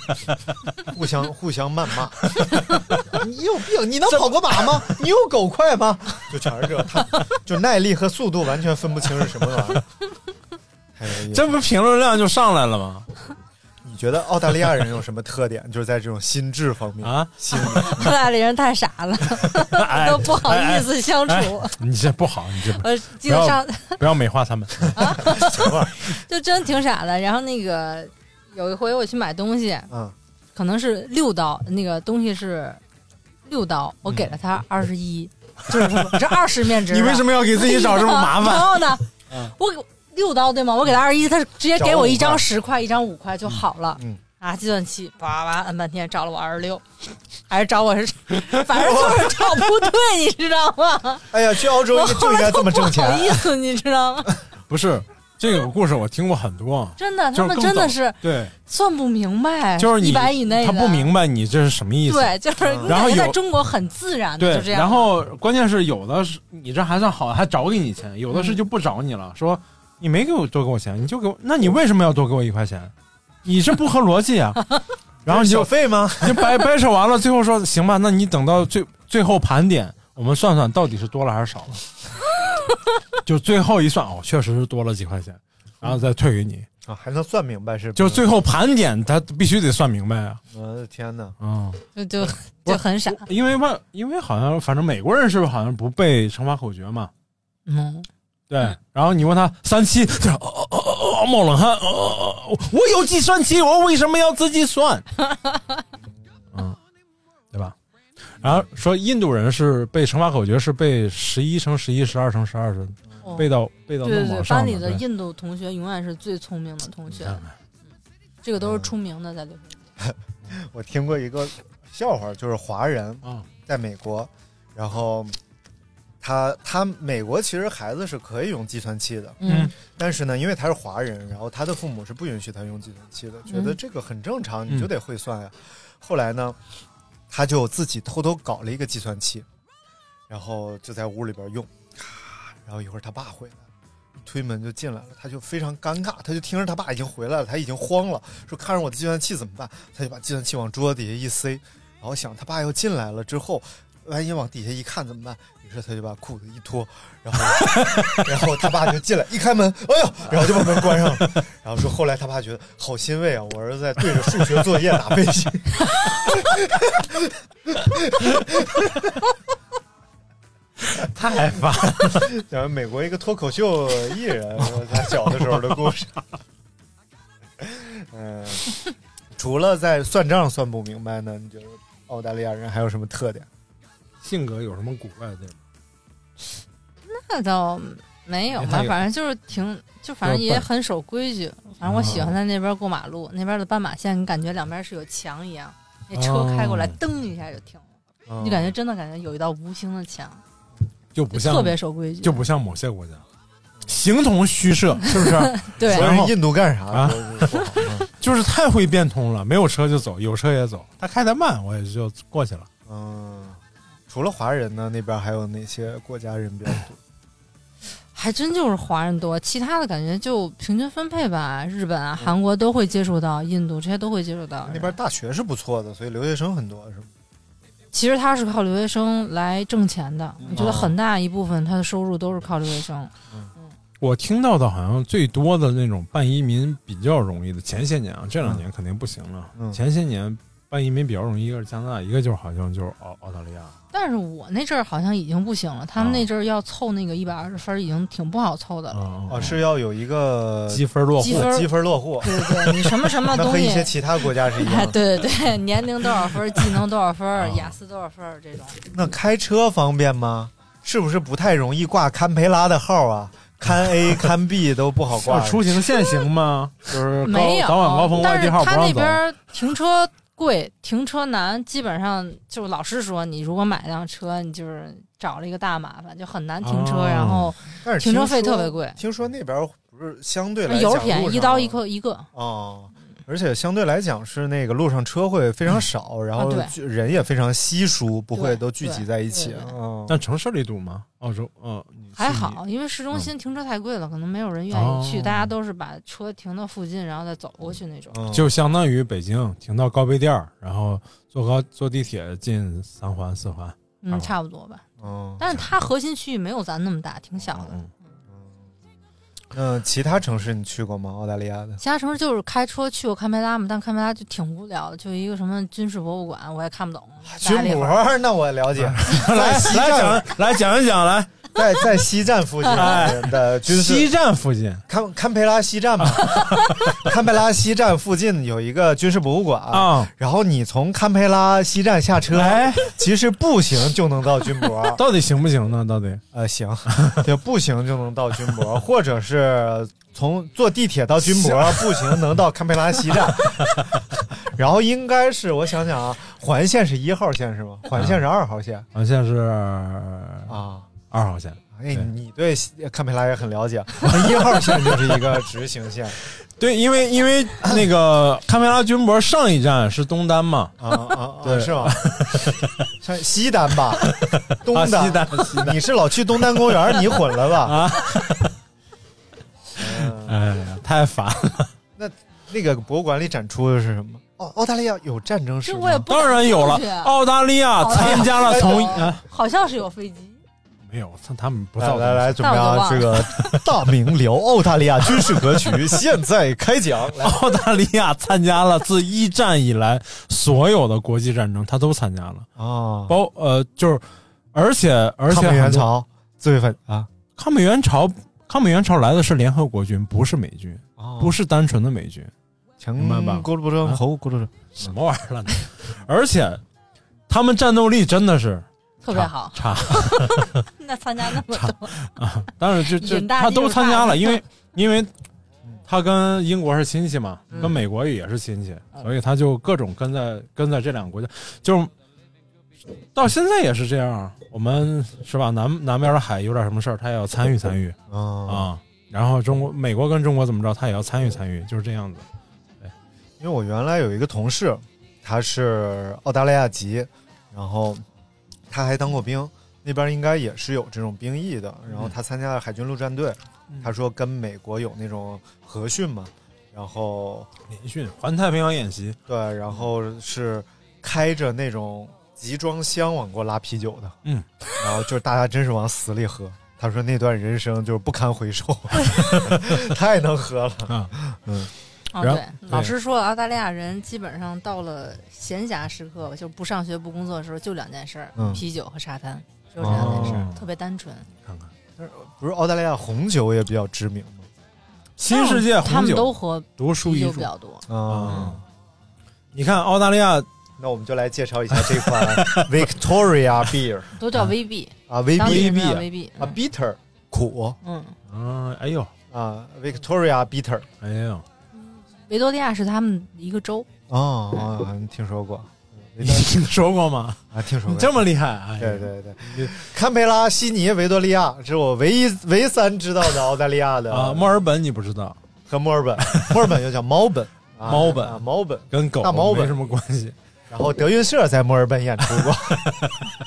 S1: 互相互相谩骂。 你有病？你能跑过马 吗？你有狗快吗？就全是这，他就耐力和速度完全分不清是什么 玩意儿。太有意思了
S3: 这不评论量就上来了吗？
S1: 你觉得澳大利亚人有什么特点？就是在这种心智方面
S3: 啊，
S1: 心
S2: 克大理人太傻 了，
S3: 哎
S2: 都不好意思相处。
S3: 哎你这不好，你这 不
S2: 我记得上
S3: 不要美化他们。
S1: 什么玩意
S2: 就真挺傻的。然后那个有一回我去买东西，
S1: 儿？
S3: 嗯
S1: 啊，
S2: 可能是六刀，那个东西是六刀，我给了他二十一，就是说我这二十面值。
S3: 你为什么要给自己找这么麻
S2: 然
S3: 烦？嗯
S2: 后呢，我给六刀对吗？我给他二十一，他直接给我一张十块，一张五块就好了。
S1: 嗯嗯
S2: 拿计算器叭叭摁半天，找了我二十六，还是找我是，反正就是找不对，你知道 吗？
S1: 哎呀，去澳洲
S2: 我
S1: 应该
S2: 后
S1: 就应
S2: 来
S1: 该
S2: 都
S1: 这么
S2: 不
S1: 挣
S3: 啊
S2: 好
S1: 钱。
S2: 意思，你知道吗？
S3: 不是这个故事我听过很多，
S2: 真的，
S3: 就
S2: 他
S3: 是
S2: 们
S3: 更
S2: 真的
S3: 懂
S2: 是
S3: 对，
S2: 算不明白，
S3: 就是你
S2: 一百以内的，
S3: 他不明白你这是什么意思。
S2: 对，就是
S1: 嗯
S2: 你
S3: 然后
S2: 感觉在
S3: 有
S2: 中国很自然的
S3: 对
S2: 就，这样。
S3: 然后关键是有的是你这还算好，还找给你钱；有的是
S2: 嗯
S3: 就不找你了，说你没给我多给我钱，你就给我，那你为什么要多给我一块钱？你这不合逻辑 啊！然后你
S1: 小
S3: 就
S1: 费吗？
S3: 你就掰掰扯完了，最后说行吧，那你等到最最后盘点，我们算算到底是多了还是少了。 就最后一算，哦，确实是多了几块钱，然后再退给你。
S1: 啊，还能算明白是？
S3: 就最，后盘点，他必须得算明白啊。
S1: 我的天哪！
S3: 嗯，
S2: 就就
S3: 不是
S2: 就很傻，
S3: 因为外，因为好像反正美国人是不是好像不背乘法口诀嘛？
S2: 嗯，
S3: 对，然后你问他三七，他说哦哦哦哦冒冷汗，哦哦哦，我有计算器，我为什么要自己算？嗯，对吧？然后说印度人是背乘法口诀是背十一乘十一、十二乘十二是
S2: 哦
S3: 背到背到那
S2: 对对
S3: 么
S2: 对，
S3: 往上
S2: 班
S3: 的
S2: 里的
S3: 对
S2: 印度同学永远是最聪明的同学，
S3: 嗯
S2: 这个都是出名的，在留学生。
S1: 我听过一个笑话，就是华人
S3: 啊
S1: 在美国，然后他他美国其实孩子是可以用计算器的，
S2: 嗯，
S1: 但是呢，因为他是华人，然后他的父母是不允许他用计算器的，觉得这个很正常，你就得会算呀。啊后来呢，他就自己偷偷搞了一个计算器，然后就在屋里边用，咔然后一会儿他爸回来了。推门就进来了，他就非常尴尬，他就听着他爸已经回来了，他已经慌了，说看着我的计算器怎么办？他就把计算器往桌子底下一塞，然后想他爸要进来了之后，万一往底下一看怎么办？于是他就把裤子一脱，然后然后 他爸就进来，一开门，哎呦，然后就把门关上了。然后说后来他爸觉得好欣慰啊，我儿子在对着数学作业打背心。
S3: 太烦
S1: 了！讲美国一个脱口秀艺人，他小的时候的故事。嗯，除了在算账算不明白呢，你觉得澳大利亚人还有什么特点？
S3: 性格有什么古怪的地方？
S2: 那倒没有
S3: 没
S2: 吧
S3: 太，有
S2: 反正就是挺，就反正
S3: 比较
S2: 也
S3: 笨
S2: 很守规矩。
S3: 啊
S2: 反正我喜欢在那边过马路，那边的斑马线，你感觉两边是有墙一样，那车开过来
S3: 哦
S2: 噔一下就停了，
S3: 嗯
S2: 你感觉真的感觉有一道无形的墙。
S3: 就不像
S2: 特别守规矩？
S3: 就不像某些国家，形同虚设，是不是
S2: 对
S3: 然后
S1: 印度干啥
S3: 啊？
S1: 都不好嗯
S3: 就是太会变通了，没有车就走，有车也走。他开得慢，我也就过去了。
S1: 嗯，除了华人呢，那边还有哪些国家人比较
S2: 哎
S1: 多？
S2: 还真就是华人多，其他的感觉就平均分配吧。日本
S3: 嗯
S2: 啊、韩国都会接触到，印度这些都会接触到。
S1: 那边大学是不错的，所以留学生很多，是吗？
S2: 其实他是靠留学生来挣钱的，
S3: 嗯
S2: 我觉得很大一部分他的收入都是靠留学生。
S3: 我听到的好像最多的那种办移民比较容易的，前些年啊，这两年肯定不行了。
S1: 嗯
S3: 前些年办移民比较容易，一个是加拿大，一个就是好像就是澳澳大利亚。
S2: 但是我那阵儿好像已经不行了，他们那阵儿要凑那个一百二十分儿已经挺不好凑的了。
S1: 哦，是要有一个
S3: 嗯积分落户积分
S1: 积分落
S3: 哦
S1: 户。
S2: 对对对你什么什 么
S1: 那
S2: 东
S1: 和
S2: 西
S1: 一些其他国家是一样
S2: 哎，
S1: 的。
S2: 对对对，年龄多少分儿，技能多少分
S3: 哦
S2: 儿，雅思多少分儿这种。
S1: 那开车方便吗？是不是不太容易挂堪培拉的号啊？堪 A、堪 B 都不好挂。
S3: 要出行限行吗？就是高
S2: 没有，
S3: 早晚高峰外
S2: 但
S3: 地
S2: 是
S3: 号不
S2: 他那
S3: 让走
S2: 边。儿停车贵，停车难，基本上就老实说，你如果买辆车，你就是找了一个大麻烦，就很难停车，
S1: 哦
S2: 然后
S1: 但是
S2: 停
S1: 听
S2: 车费特
S1: 说
S2: 别贵，
S1: 听说那边儿不是相对来讲
S2: 油便宜，
S1: 路
S2: 一
S1: 上
S2: 刀一克一个。
S1: 哦，而且相对来讲是那个路上车会非常少，然后
S2: 对
S1: 聚人也非常稀疏，不会
S2: 对
S1: 都聚集在一起
S2: 对对。
S1: 嗯，
S3: 但城市里堵吗？澳洲，嗯、你
S2: 还
S3: 悉尼
S2: 好，因为市中
S1: 嗯
S2: 心停车太贵了，可能没有人愿
S3: 哦
S2: 意去，大家都是把车停到附近，然后再走过去那
S1: 哦
S2: 种。
S1: 嗯
S3: 就相当于北京停到高碑店儿，然后坐高坐地铁进三环四环。
S2: 嗯，差不多吧。
S1: 嗯，
S2: 但是它核心区域没有咱那么大，挺小
S1: 哦
S2: 的。
S3: 嗯
S1: 那其他城市你去过吗？澳大利亚的？
S2: 其他城市就是开车去过堪培拉嘛，但堪培拉就挺无聊的，就一个什么军事博物馆，我也看不懂。
S1: 啊军
S2: 待了一
S1: 博
S2: 会儿
S1: 儿，那我 了解。在西
S2: 哎
S3: 来
S1: 站
S3: 讲，来讲一讲 来。
S1: 在在西 站附近
S3: 哎
S1: 的军事
S3: 西站附近
S1: 堪堪培拉 西站嘛，堪培拉西站附近有一个军事博物馆
S3: 啊，
S1: 然后你从堪培拉西站下车，其实步行就能到军博
S3: 到底行不行呢？到底
S1: 呃行，就步行就能到军博，或者是从坐地铁到军博，步行能到堪培拉西 站。然后应该是我想想啊，环线是一号线是吗？环
S3: 嗯
S1: 线是二号线。
S3: 好像是
S1: 啊
S3: 二号线。
S1: 哎，你对堪培拉也很了解，那一号线就是一个直行 线。
S3: 对，因为因为那 个堪培拉军博上一站是东单嘛，
S1: 啊啊啊！
S3: 对
S1: 是吗？像西单 吧，东
S3: 啊
S1: 单，
S3: 西单西 单
S1: 你是老去东单公园，你混了吧？
S3: 啊！哎呀，太烦了。
S1: 那那个博物馆里展出的是什么？哦，澳大利亚有战争史吗？
S3: 当然有了，啊澳大利亚参加了从啊
S2: 好像是有飞机，
S3: 没有，他他们不
S1: 来
S3: 造
S1: 来来，准备
S2: 那我就
S1: 啊，
S2: 忘
S1: 这个大明聊澳大利亚军事 格局，现在开讲。来，
S3: 澳大利亚参加了自一战以来所有的国际战争，他都参加了
S1: 啊，
S3: 包呃就是，而且而且
S1: 抗美援
S3: 很多
S1: 朝最反啊，
S3: 抗美援朝抗美援朝来的是联合国军，不是美军，不是单纯的美军，
S1: 前
S3: 哦明白吧？
S1: 咕噜咕噜
S3: 啊
S1: 猴咕噜噜，
S3: 什么玩意儿了呢？而且他们战斗力真的是
S2: 特别好，
S3: 差
S2: 那参加那么多，
S3: 啊！当然就就
S2: 瘾大
S3: 他都参加了，
S2: 劲
S3: 因
S2: 儿
S3: 为
S2: 大
S3: 因为他跟英国是亲戚嘛，
S2: 嗯
S3: 跟美国也是亲戚，所以他就各种跟在跟在这两个国家，就是到现在也是这样。啊我们是吧？南南边的海有点什么事儿，他也要参与参与啊。然后中国、美国跟中国怎么着，他也要参与参与，就是这样子。
S1: 因为我原来有一个同事，他是澳大利亚籍，然后他还当过兵，那边应该也是有这种兵役的。然
S3: 嗯
S1: 后他参加了海军陆战队，他说跟美国有那种合训嘛，然后
S3: 联训环太平洋演习，
S1: 对，然后是开着那种集装箱往过拉啤酒的，
S3: 嗯，
S1: 然后就是大家真是往死里喝。他说那段人生就是不堪回首， 太能喝了。嗯，
S2: 哦，
S1: 然后
S2: 对，老师说澳大利亚人基本上到了闲暇时刻，就不上学不工作的时候，就两件事儿：
S1: 嗯
S2: 啤酒和沙滩，就这两件事儿
S1: 哦，
S2: 特别单纯。
S1: 不是澳大利亚红酒也比较知名吗？
S3: 新世界
S2: 他
S3: 红
S2: 们
S3: 酒
S2: 都喝
S3: 读书
S2: 啤
S3: 一
S2: 酒
S3: 族
S2: 比较多。
S1: 啊。
S3: 嗯你看澳大利亚，
S1: 那我们就来介绍一下这款 Victoria Beer
S2: 都叫 VB
S1: 啊，VB
S2: 当地人叫嗯 VB
S1: 啊，bitter 苦，
S2: 嗯
S3: 嗯，哎呦
S1: 啊，Victoria bitter
S3: 哎呦
S2: 维多利亚是他们一个州，
S1: 哦，啊你听说过？
S3: 你听说过 吗？
S1: 啊，听说过
S3: 你这么厉害，哎
S1: 对对对，堪培拉、悉尼、维多利亚，这是我唯一唯三知道的 澳大利亚的
S3: 啊，墨尔本你不知道，
S1: 和墨尔本， 墨尔本又叫猫本，啊
S3: 猫本
S1: 啊猫本
S3: 跟狗
S1: 大猫
S3: 没
S1: 本
S3: 什么关系。
S1: 然后德云社在墨尔本演出过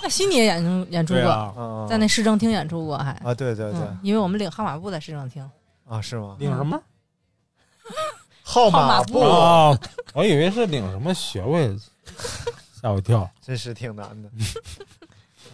S2: 那悉尼也演出演出
S1: 对啊
S2: 过，在那市政厅演出过，还
S1: 啊，对对对
S2: 嗯，因为我们领号码布在市政厅，
S1: 啊，是吗？
S3: 领什么
S1: 号
S2: 码
S1: 布
S3: 啊？ 我以为是领什么学位，吓我一跳。
S1: 真是挺难 的。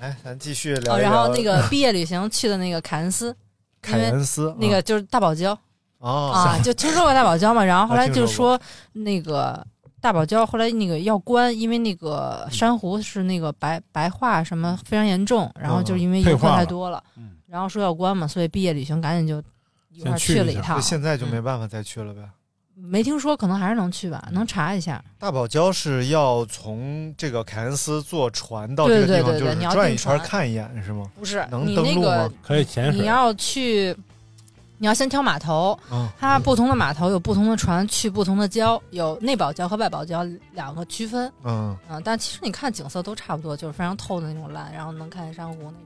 S1: 哎，咱继续聊
S2: 哦，
S1: 一聊。
S2: 然后那 个毕业旅行去的那个凯恩斯，
S1: 凯恩斯
S2: 因为那个就是大堡礁
S1: 啊
S2: 啊，就听说过大堡礁嘛，然后后来
S1: 啊听
S2: 就
S1: 说
S2: 说那个大堡礁后来那个要关，因为那个珊瑚是那个白白化什么非常严重，然后就是因为
S1: 退
S2: 游客
S1: 化
S2: 太
S1: 了
S2: 多了，然后说要关嘛，所以毕业旅行赶紧就一块儿了一趟
S1: 就，现在就没办法再去了呗。
S2: 嗯没听说，可能还是能去吧，能查一下。
S1: 大堡礁是要从这个凯恩斯坐船到这
S2: 对
S1: 个地方，
S2: 对对
S1: 就
S2: 对
S1: 是
S2: 你要
S1: 转
S2: 订
S1: 一圈
S2: 船
S1: 看一眼是吗？
S2: 不是
S1: 能
S2: 你
S1: 登
S2: 那
S1: 陆
S2: 个
S1: 吗？
S3: 可以潜
S2: 你要去，你要先挑码头，
S1: 嗯
S2: 它不同的码头有不同的船去不同的礁，有内堡礁和外堡礁两个区分。
S1: 嗯
S2: 啊、但其实你看景色都差不多，就是非常透的那种蓝，然后能看见珊瑚那种，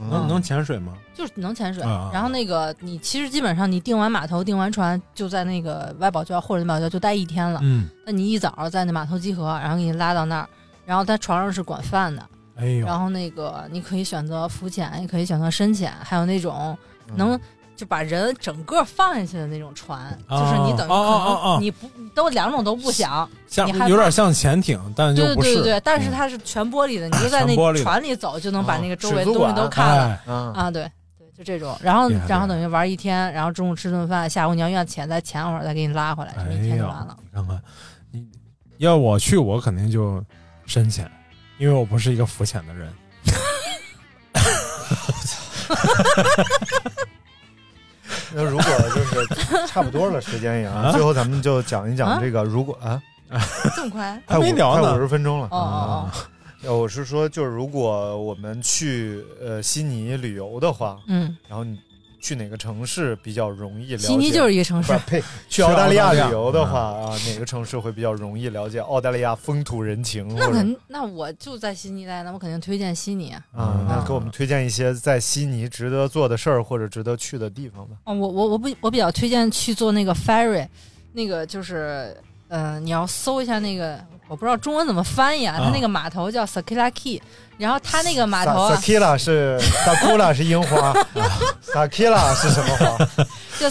S1: 嗯
S3: 能能潜水吗？
S2: 就是能潜水。
S3: 啊
S2: 然后那个你其实基本上你订完码头、订完船，就在那个外堡礁或者内堡礁就待一天了。
S3: 嗯，
S2: 那你一早在那码头集合，然后给你拉到那儿，然后他船上是管饭的，
S3: 哎呦，
S2: 然后那个你可以选择浮潜，也可以选择深潜，还有那种嗯
S3: 嗯
S2: 能就把人整个放下去的那种船，
S3: 哦
S2: 就是你等于可能、
S3: 哦哦哦
S2: 你不你都两种都不想，
S3: 像
S2: 你还
S3: 有点像潜艇，但就
S2: 对对
S3: 不
S2: 对
S3: 是。嗯哎
S2: 对对，但是它是全玻璃的，你就在
S3: 全
S2: 那
S3: 玻璃的啊
S2: 船里走就能把那个周围
S1: 水
S2: 东
S1: 族
S2: 西
S1: 馆
S2: 都看了、
S1: 哎啊
S2: 啊，对。对，就这种，然后
S3: 厉害
S2: 然后等于玩一天，然后中午吃顿饭，下午你要愿潜再潜会儿，再给你拉回来，这么一天就完了。
S3: 哎你看看，你要我去，我肯定就深潜，因为我不是一个浮潜的人。
S1: 那如果就是差不多了，时间也啊，
S3: 啊
S1: 最后咱们就讲一讲这个，如果啊，
S2: 这么快？
S1: 快
S3: 还没
S1: 五
S3: 聊
S1: 快
S3: 呢
S1: 五十分钟了
S2: 哦哦
S1: 啊。呃我是说，就是如果我们去呃悉尼旅游的话，
S2: 嗯，
S1: 然后你去哪个城市比较容易了解？
S2: 悉尼就是一个城市
S1: 不是呸，去澳大利亚旅游的话啊，哪个城市会比较容易了解澳大利亚风土人情？
S2: 那
S1: 或者
S2: 肯那我就在悉尼待，那我肯定推荐悉尼啊。
S1: 啊，那给我们推荐一些在悉尼值得做的事儿或者值得去的地方吧。
S2: 哦，我我我不我比较推荐去做那个 ferry，那个就是，呃，你要搜一下那个，我不知道中文怎么翻译啊，它
S1: 啊
S2: 那个码头叫 Sakila Key，然后它那个码头啊，
S1: Sakila 是 Sakura 是樱 花，Sakila 是什么花？
S2: 就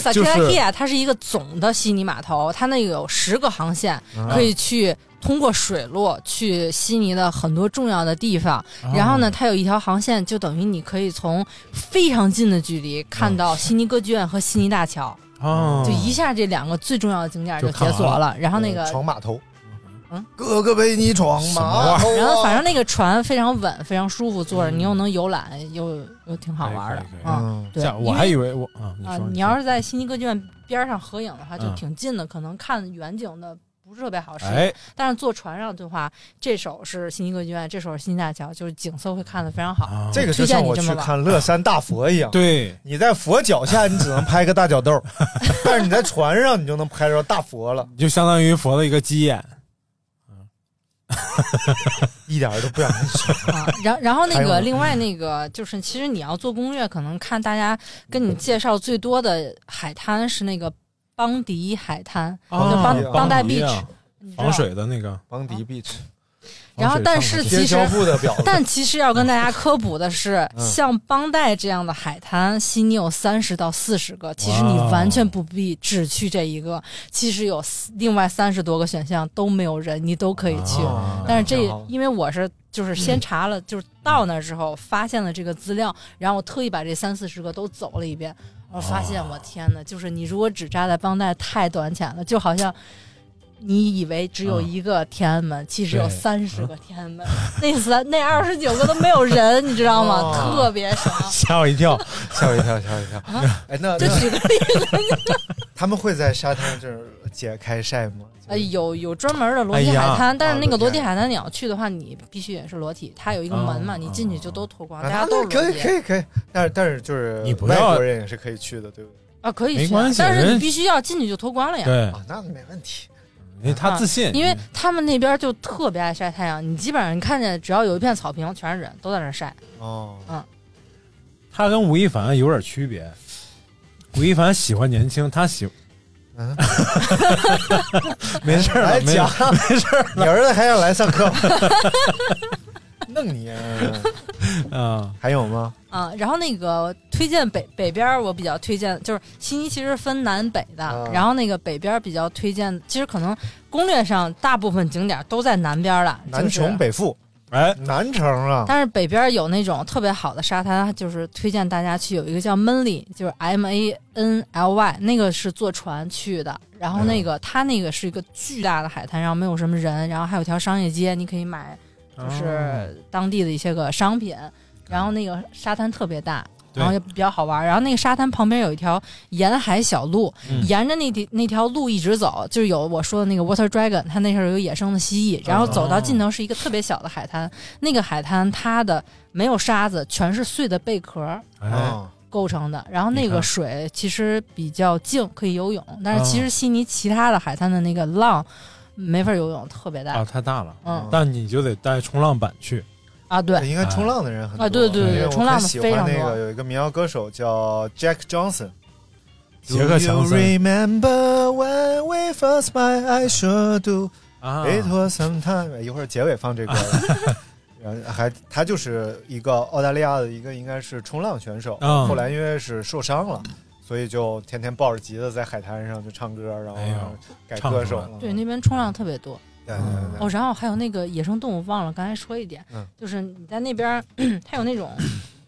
S1: 就是
S2: Sakila Key 啊，它是一个总的悉尼码头，它那个有十个航线
S1: 啊
S2: 可以去。通过水路去悉尼的很多重要的地方，
S3: 啊
S2: 然后呢，它有一条航线，就等于你可以从非常近的距离看
S3: 啊
S2: 到悉尼歌剧院和悉尼大桥。
S3: 哦，
S2: 就一下这两个最重要的景点就解锁了。然后那个，
S1: 闯码头，
S2: 嗯，
S1: 哥哥为你闯码头啊。
S2: 然后反正那个船非常稳，非常舒服，坐着你又能游览，又又挺好玩
S3: 嗯哎可
S2: 的
S3: 以可以可以
S2: 啊。
S1: 嗯
S2: 对
S3: 像，我
S2: 因
S3: 还以为我啊，你
S2: 啊
S3: 说，
S2: 你
S3: 你
S2: 要是在悉尼歌剧院边上合影的话，就
S3: 嗯
S2: 挺近的，可能看远景的不是特别好使。
S3: 哎
S2: 但是坐船上的话，这首是新一歌剧院，这首是新大桥，就是景色会看得非常
S3: 啊
S2: 好。
S1: 这个就
S2: 推荐
S1: 像
S2: 你
S1: 我
S2: 这
S1: 去
S2: 么玩
S1: 看乐山大佛一样。
S3: 对，
S1: 你在佛脚下，你只能拍个大脚 豆，但是你在船上，你就能拍着大佛了，
S3: 就相当于佛的一个鸡眼，
S1: 一点儿都不想跟你说。
S2: 啊，然然后那
S1: 还有
S2: 个
S1: 呢
S2: 另外那个就是，其实你要做攻略，可能看大家跟你介绍最多的海滩是那个邦迪海滩，
S3: 啊
S2: 就邦邦代
S3: 迪
S2: beach，、
S3: 啊
S2: 你知道
S3: 防水的那个。
S1: 邦迪 beach，
S2: 然后，但是
S1: 贴
S2: 其实
S1: 胶布的表子，
S2: 但其实要跟大家科普的是，
S1: 嗯
S2: 像邦代这样的海滩，悉尼有三十到四十个，其实
S3: 哇
S2: 你
S1: 哦
S2: 完全不必只去这一个，其实有四另外三十多个选项都没有人，你都可以去。
S3: 啊
S2: 但是这
S1: 挺好
S2: 因为我是就是先查了，就是到那儿之后发现了这个资料，然后我特意把这三四十个都走了一遍，我发现我天
S3: 哦
S2: 呐，就是你如果只扎在邦代太短浅了，就好像。你以为只有一个天安门，其实有
S3: 嗯对嗯
S2: 三十个天安门， 那三那二十九个都没有人，你知道吗？
S1: 哦
S2: 特别爽。
S3: 吓我一跳！
S1: 吓我一跳，吓我一跳。
S2: 啊
S1: 哎，那
S2: 就
S1: 那
S2: 举个例子，
S1: 他们会在沙滩这儿解开晒吗？
S2: 呃，有有专门的裸体海
S3: 哎
S2: 滩，但是那个
S1: 啊裸
S2: 裸
S1: 体
S2: 体
S1: 海
S2: 海滩你要去的话，你必须也是裸体，它有一个门嘛，
S3: 哦
S2: 你进去就都脱光，
S1: 啊
S2: 大家都是
S1: 可
S2: 裸
S1: 以，可
S2: 体
S1: 以，可以。但是但是就是
S3: 你不
S1: 外
S3: 要
S1: 国人也是可以去的，对不对？
S2: 啊，可以
S3: 没
S2: 去
S3: 关
S2: 啊
S3: 系，
S2: 但是
S3: 人
S2: 你必须要进去就脱光了呀。
S3: 对，
S1: 啊，那没问题。
S3: 因为他自信，嗯
S2: 因为他们那边就特别爱晒太阳，你基本上你看见只要有一片草坪，全是人都在那晒。
S1: 哦，
S3: 他跟吴亦凡有点区别。吴亦凡喜欢年轻，他喜
S1: 嗯，
S3: 没事儿了
S1: 来，
S3: 没事
S1: 讲
S3: 儿，没事儿
S1: 你儿子还想来上课吗？弄你啊！
S3: 啊。
S1: 还有吗？
S2: 啊，然后那个推荐北北边儿，我比较推荐就是悉尼，其实分南北的。
S1: 啊
S2: 然后那个北边儿比较推荐，其实可能攻略上大部分景点儿都在南边儿了，
S1: 南
S2: 就是
S1: 城北复，
S3: 哎，
S1: 啊南城啊，
S2: 但是北边有那种特别好的沙滩，就是推荐大家去，有一个叫 Manly，就是 M A N L Y，那个是坐船去的。然后那个、它那个是一个巨大的海滩，然后没有什么人，然后还有条商业街，你可以买
S3: 哦
S2: 就是当地的一些个商品。然后那个沙滩特别大，
S3: 对
S2: 然后也比较好玩。然后那个沙滩旁边有一条沿海小路，
S3: 嗯
S2: 沿着那地那条路一直走，就是有我说的那个 Water Dragon，它那上有野生的蜥
S3: 哦
S2: 蜴。然后走到尽头是一个特别小的海滩，那个海滩它的没有沙子，全是碎的贝壳儿
S3: 哎，
S1: 啊
S2: 构成的。然后那
S3: 你看
S2: 个水其实比较静，可以游泳，但
S3: 哦
S2: 是其实悉尼其他的海滩的那个浪没法游泳，特别大。
S3: 啊，太大了，
S2: 嗯
S3: 但你就得带冲浪板去。
S2: 啊，
S3: 哎
S2: 对，
S1: 应该冲浪的人很多
S2: 啊对对对
S1: 因为我
S2: 冲浪
S1: 很
S2: 的
S1: 喜
S2: 非
S1: 欢
S2: 常
S1: 那个
S2: 多
S1: 有一个民谣歌手叫 Jack Johnson，
S3: 杰克强
S1: Do
S3: 森
S1: you remember when we first met? I sure do.
S3: 啊
S1: It was sometime. 一会儿结尾放这歌了。然后还他就是一个澳大利亚的一个应该是冲浪选手，
S3: 嗯
S1: 后来因为是受伤了，所以就天天抱着吉他在海滩上就唱歌，然后
S3: 哎呦
S1: 改
S3: 唱
S1: 歌
S3: 出
S1: 手
S3: 来
S1: 了。
S2: 对，那边冲浪特别多。
S1: 对对
S2: 哦，
S1: 对，
S2: 然后还有那个野生动物，忘了刚才说一点，
S1: 嗯
S2: 就是你在那边儿， 它有那 种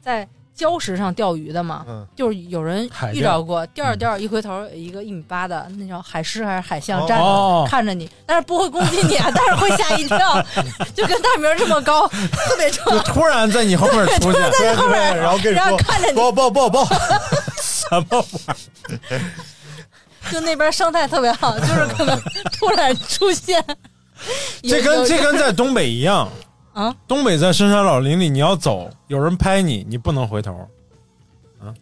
S2: 在礁石上钓鱼的嘛，
S1: 嗯，
S2: 就是有人
S3: 海
S2: 遇
S3: 钓
S2: 到过，钓着钓着一回头，有一个一米八的那叫海狮还是海象
S1: 哦
S2: 站着、
S3: 哦
S2: 看着你，但是不会攻击你啊，但 是会吓 一跳，就跟大明儿这么高，特别壮，
S3: 就突然在你后面 出现
S1: 对对对，然后跟你
S2: 然
S1: 说
S2: 后看着你，
S1: 抱抱抱抱，
S3: 什么玩意儿？
S2: 就那边生态特别 好，就是可能突然出现。有
S3: 这跟
S2: 有
S3: 这跟在东北一样
S2: 啊！
S3: 东北在深山老林里，你要走，有人拍你，你不能回头。啊，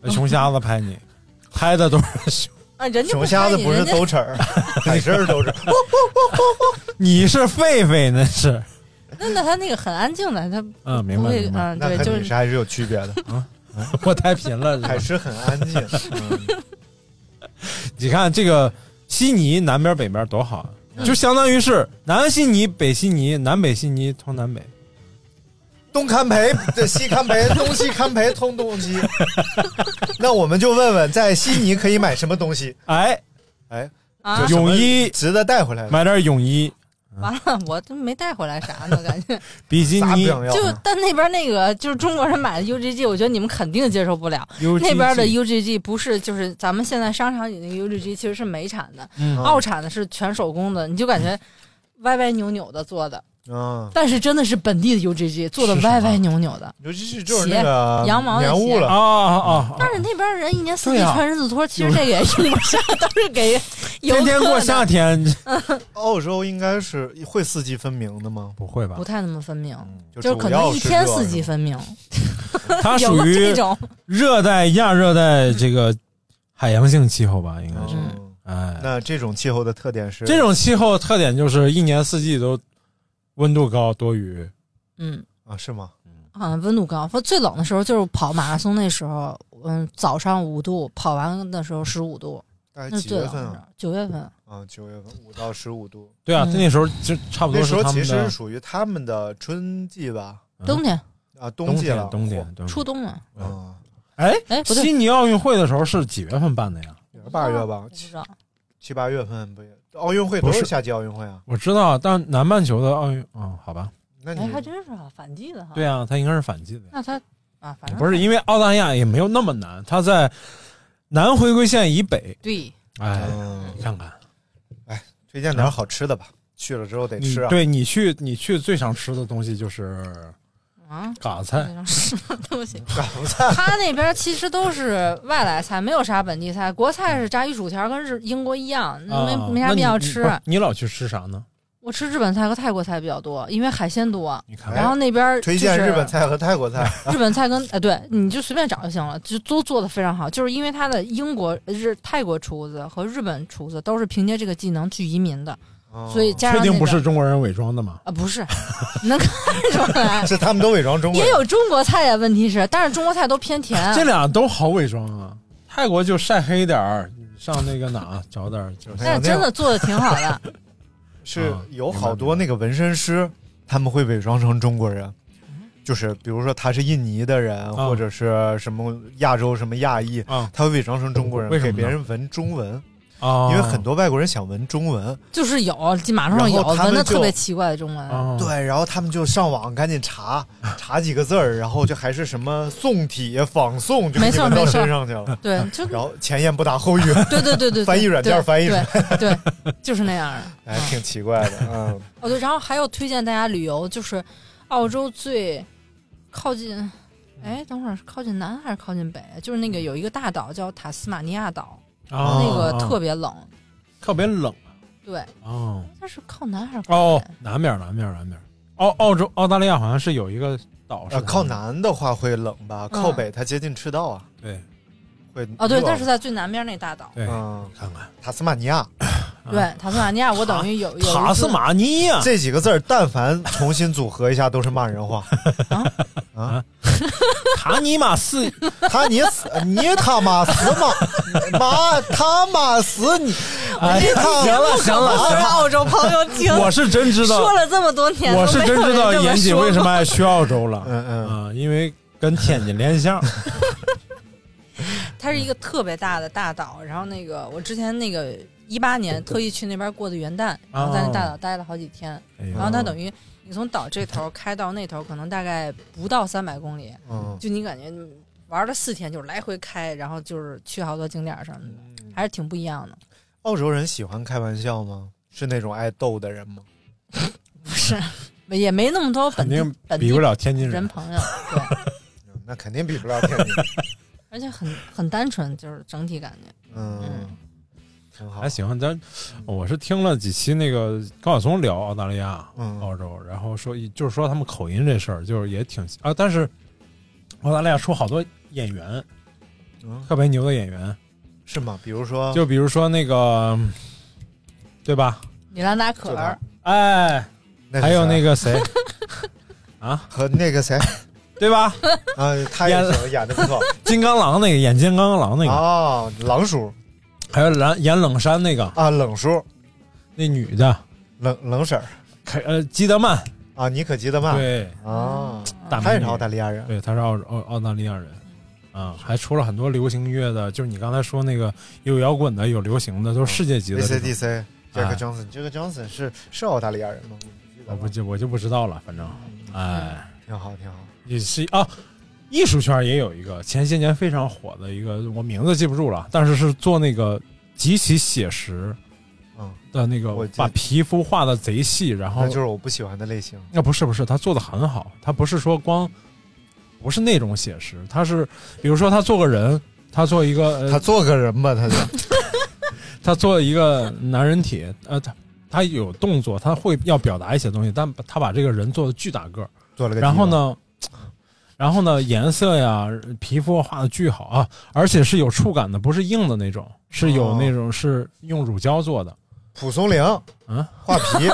S3: 那熊瞎子拍你，拍的都是熊。
S2: 啊，人家
S1: 熊
S2: 不
S1: 瞎
S2: 拍
S1: 子
S2: 你
S1: 不是
S2: 人 家
S1: 走齿儿，海参儿 都是。
S3: 你是狒狒，那是。
S2: 那那他那个很安静的，他
S3: 嗯，明
S2: 不
S3: 白
S2: 会
S3: 明白。
S2: 嗯，
S1: 那
S2: 对，
S1: 和
S2: 就
S1: 你是还是有区别的。
S3: 我太贫了，是吧
S1: 海狮很安静，
S3: 你看这个悉尼南边北边多好啊，
S2: 嗯
S3: 就相当于是南悉尼、北悉尼、南北悉尼通南北。
S1: 东堪培，这西堪 培，东西堪培，通东西。那我们就问问，在悉尼可以买什么东西？
S3: 哎，
S1: 哎，
S2: 啊
S1: 有什么
S3: 泳衣
S1: 值得带回来的，
S3: 买点泳衣、
S2: 完了，我都没带回来啥呢，感 觉
S3: 比基
S1: 啥不
S3: 尼、
S1: 想要？
S2: 就但那边那个就是中国人买的 UGG，我觉得你们肯定接受不了。
S3: UGG
S2: 那边的 UGG 不是就是咱们现在商场里那个 UGG，其实是美产的，
S3: 嗯
S2: 澳产的是全手工的，你就感觉歪歪扭扭的做的，
S1: 嗯，
S2: 但是真的是本地的 UGG 做的
S3: 是什么哦
S2: 歪歪扭扭的。
S1: 尤其是就是那个
S2: 鞋羊毛的
S1: 棉
S2: 鞋
S1: 雾
S3: 啊
S1: 了，
S3: 啊啊！
S2: 哦但是那边人一年四季
S3: 对啊
S2: 穿人字拖，其实这个也用不上，都是给有
S3: 天天过夏天，
S1: 澳洲应该是会四季分明的吗？
S3: 不会吧
S2: 不？太那么分明，
S1: 嗯就
S2: 就是
S1: 主
S2: 可
S1: 要
S2: 能一
S1: 是
S2: 天
S1: 热
S2: 四
S1: 是
S2: 季
S1: 吗
S2: 分明。
S3: 它
S2: 有
S3: 属于
S2: 这 种，
S3: 热带、亚热带这个海洋性气候吧，应该是。
S1: 嗯，
S3: 哎，
S1: 那这种气候的特点是
S3: 这种气候特点就是一年四季都温度高多雨。
S2: 嗯，
S1: 啊？是吗？
S2: 好像温度高。说最冷的时候就是跑马拉松那时候，嗯，早上五度，跑完的时候十五度，
S1: 大概
S2: 那是
S1: 几
S2: 最
S1: 月
S2: 冷
S1: 份
S2: 的时
S1: 啊？
S2: 候。九月份，
S3: 嗯
S1: 啊，九月份五到十五度，
S3: 对啊，
S2: 嗯
S3: 它那时候就差不
S1: 那
S3: 多
S1: 时
S3: 是
S1: 候
S3: 他
S1: 其
S3: 们
S1: 实
S3: 的
S1: 属于他们的春季吧？
S3: 嗯
S2: 冬天、
S1: 啊，
S3: 冬
S1: 季了，
S3: 天冬
S1: 嚯
S3: 天冬
S2: 初
S3: 天。
S2: 冬嘛。
S1: 啊，
S3: 哎，
S2: 哎，不
S3: 悉
S2: 对，
S3: 尼奥运会的时候是几月份办的呀？
S1: 也是八月吧
S2: 我嗯不？知道。
S1: 七八月份不也？奥运会都
S3: 不
S1: 是
S3: 是
S1: 夏季奥运会啊？
S3: 我知道，但南半球的奥运，嗯，好吧，
S1: 那
S2: 哎，还
S1: 你
S2: 真是啊，反季的哈。
S3: 对啊，它应该是反季的呀。
S2: 那他啊，反正
S3: 不是因为澳大利亚也没有那么难，它在南回归线以北。
S2: 对，
S3: 哎，
S1: 嗯
S3: 你看看，
S1: 推荐点好吃的吧？去了之后得
S3: 你
S1: 吃啊！
S3: 对你去你去最想吃的东西就是
S2: 啊，
S3: 嘎菜，
S2: 什么 东西？
S1: 港菜啊
S2: 他那边其实都是外来菜，没有啥本地菜。国菜是炸鱼薯条，跟日英国一样，那嗯没、
S3: 啊
S2: 没啥必要吃
S3: 那你。不是你老去吃啥呢？
S2: 我吃日本菜和泰国菜比较多，因为海鲜多。
S3: 你看
S2: 然后那边
S1: 哎推荐
S2: 就是
S1: 日本菜和泰国菜，
S2: 日本菜跟哎，对，你就随便找就行了，就都做的非常好。就是因为他的英国、日、泰国厨子和日本厨子都是凭借这个技能去移民的，
S1: 哦
S2: 所以加
S3: 确
S2: 上、那个、
S3: 定不是中国人伪装的吗？
S2: 啊，不是， 能看出来
S1: 是他们都伪装中国
S2: 也
S1: 人。
S2: 有中国菜呀。问题是，但是中国菜都偏甜。
S3: 这俩都好伪装啊！泰国就晒黑点儿，你上那个 哪找点儿就是
S2: 但是真的做的挺好的，
S1: 是
S3: 啊
S1: 有
S3: 明白
S1: 好多那个纹身师，他们会伪装成中国人，
S2: 嗯
S1: 就是比如说他是印尼的人，
S3: 啊
S1: 或者是什么亚洲什么亚裔，
S3: 啊
S1: 他会伪装成中国人，
S3: 为什么
S1: 给
S3: 呢
S1: 别人纹中文，
S3: 啊，
S1: 因为很多外国人想纹中文，
S2: 就是有马路上有
S1: 然后他们
S2: 闻的
S1: 就
S2: 特别奇怪的中文，
S3: 啊
S1: 对，然后他们就上网赶 紧查查几个字儿，然后就还是什么宋体、仿宋，就给
S2: 没
S1: 你
S2: 错
S1: 纹到
S2: 没错
S1: 身上去 了。
S2: 对，就
S1: 然后前言不搭后语，
S2: 对对对对对，
S1: 翻译软件
S2: 对
S1: 翻译出
S2: 对对，就是那样的。
S1: 哎，
S2: 嗯
S1: 挺奇怪 的。嗯，
S2: 哦对，然后还有推荐大家旅游，就是澳洲最靠近，哎，等会儿是靠近南还是靠近北？就是那个有一个大岛叫塔斯马尼亚岛，
S3: 啊
S2: 那个特
S3: 别
S2: 别冷，
S3: 特别冷
S2: 对，
S3: 哦
S2: 它是靠南还是靠
S3: 哦
S2: 北？，
S3: 南边儿南边儿南边儿，澳澳洲澳大利亚好像是有一个岛是
S1: 呃，靠
S3: 他们
S1: 南的话会冷吧，靠
S2: 嗯
S1: 北它接近赤道啊，
S3: 对
S1: 会
S2: 哦，对，
S1: 热
S2: 但是在最南边那大岛，
S3: 对，
S1: 嗯，
S3: 看看
S1: 塔斯马尼亚
S2: 对，塔斯马尼亚，我等于有有一
S3: 塔斯
S2: 次
S3: 马尼亚
S1: 这几个字儿，但凡重新组合一下，都是骂人话。
S3: 塔尼马斯
S1: 他你死你他妈死马 妈他妈死你！
S3: 哎，
S1: 你他
S3: 行了行了行了，
S2: 哦澳洲朋友听
S3: 我是真知道，
S2: 说了这么多年，
S3: 我是
S2: 都没有
S3: 真知道
S2: 人这么
S3: 严姐
S2: 说
S3: 为什
S2: 过
S3: 么爱去澳洲了，
S1: 嗯嗯
S3: 啊，因为跟天津连线儿，
S2: 它是一个特别大的大岛，然后那个我之前那个一八年特意去那边过的元旦，然后在那大岛待了好几天，
S3: 哎呦
S2: 然后它等于你从岛这头开到那头，可能大概不到三百公里，
S1: 嗯，
S2: 就你感觉玩了四天，就是来回开，然后就是去好多景点什么的，
S3: 嗯
S2: 还是挺不一样的。
S1: 澳洲人喜欢开玩笑吗？是那种爱逗的人吗？
S2: 不是，也没那么多本
S3: 嗯肯
S2: 地
S3: 定
S2: 本地
S3: 比不了天津
S2: 人
S3: 人。
S2: 朋友，对，
S1: 嗯那肯定比不了 天津。
S2: 而且很很单纯，就是整体感觉。
S1: 嗯
S2: 嗯，
S1: 挺好
S3: 还。行，但我是听了几期那个高晓松聊澳大利亚、
S1: 嗯
S3: 澳洲，然后说就是说他们口音这事儿，就是也挺啊，但是澳大利亚出好多演员，
S1: 嗯，
S3: 特别牛的演员，
S1: 是吗？比如说，
S3: 就比如说那个，对吧？
S2: 米兰达可儿，
S3: 哎，
S1: 那
S3: 还有那
S1: 个
S3: 个谁啊，
S1: 和那个谁
S3: 对吧？
S1: 啊，他也行，演的不错。
S3: 金刚狼那个演金刚狼 那个，
S1: 哦，狼叔
S3: 还有蓝演冷杉那个
S1: 啊，冷叔，
S3: 那女的，
S1: 冷冷婶儿
S3: 凯呃基德曼，
S1: 啊，尼可基德曼
S3: 对，
S1: 啊，
S3: 大
S1: 他也
S3: 美
S1: 是
S3: 女
S1: 澳大利亚人。
S3: 对，他是澳澳澳大利亚人，啊，还出了很多流行乐的，就是你刚才说那个有摇滚的，有流行的，都是世界级的
S1: A
S3: 这
S1: C
S3: 种。
S1: D C Jack
S3: 哎
S1: Johnson、Jack Johnson 是是澳大利亚人吗？
S3: 我啊不记，我就不知道了，反正，哎，
S1: 挺好，挺好。
S3: 也是啊，艺术圈也有一个前些年非常火的一个，我名字记不住了，但是是做那个极其写实
S1: 嗯，
S3: 的那
S1: 我
S3: 个
S1: 记，得
S3: 把皮肤画的贼细，然后
S1: 那就是我不喜欢的类型。
S3: 那不是不是，他做的很好，他不是说光不是那种写实，他是比如说他做个人，他做一个呃
S1: 他做个人吧，他就
S3: 他做一个男人体，呃，他他有动作，他会要表达一些东西，但他把这个人做的巨大个儿，
S1: 做了个
S3: 然后呢，然后呢，颜色呀，皮肤画的巨好啊，而且是有触感的，不是硬的那种，是有那种是用乳胶做的。
S1: 蒲松龄
S3: 啊，
S1: 画 皮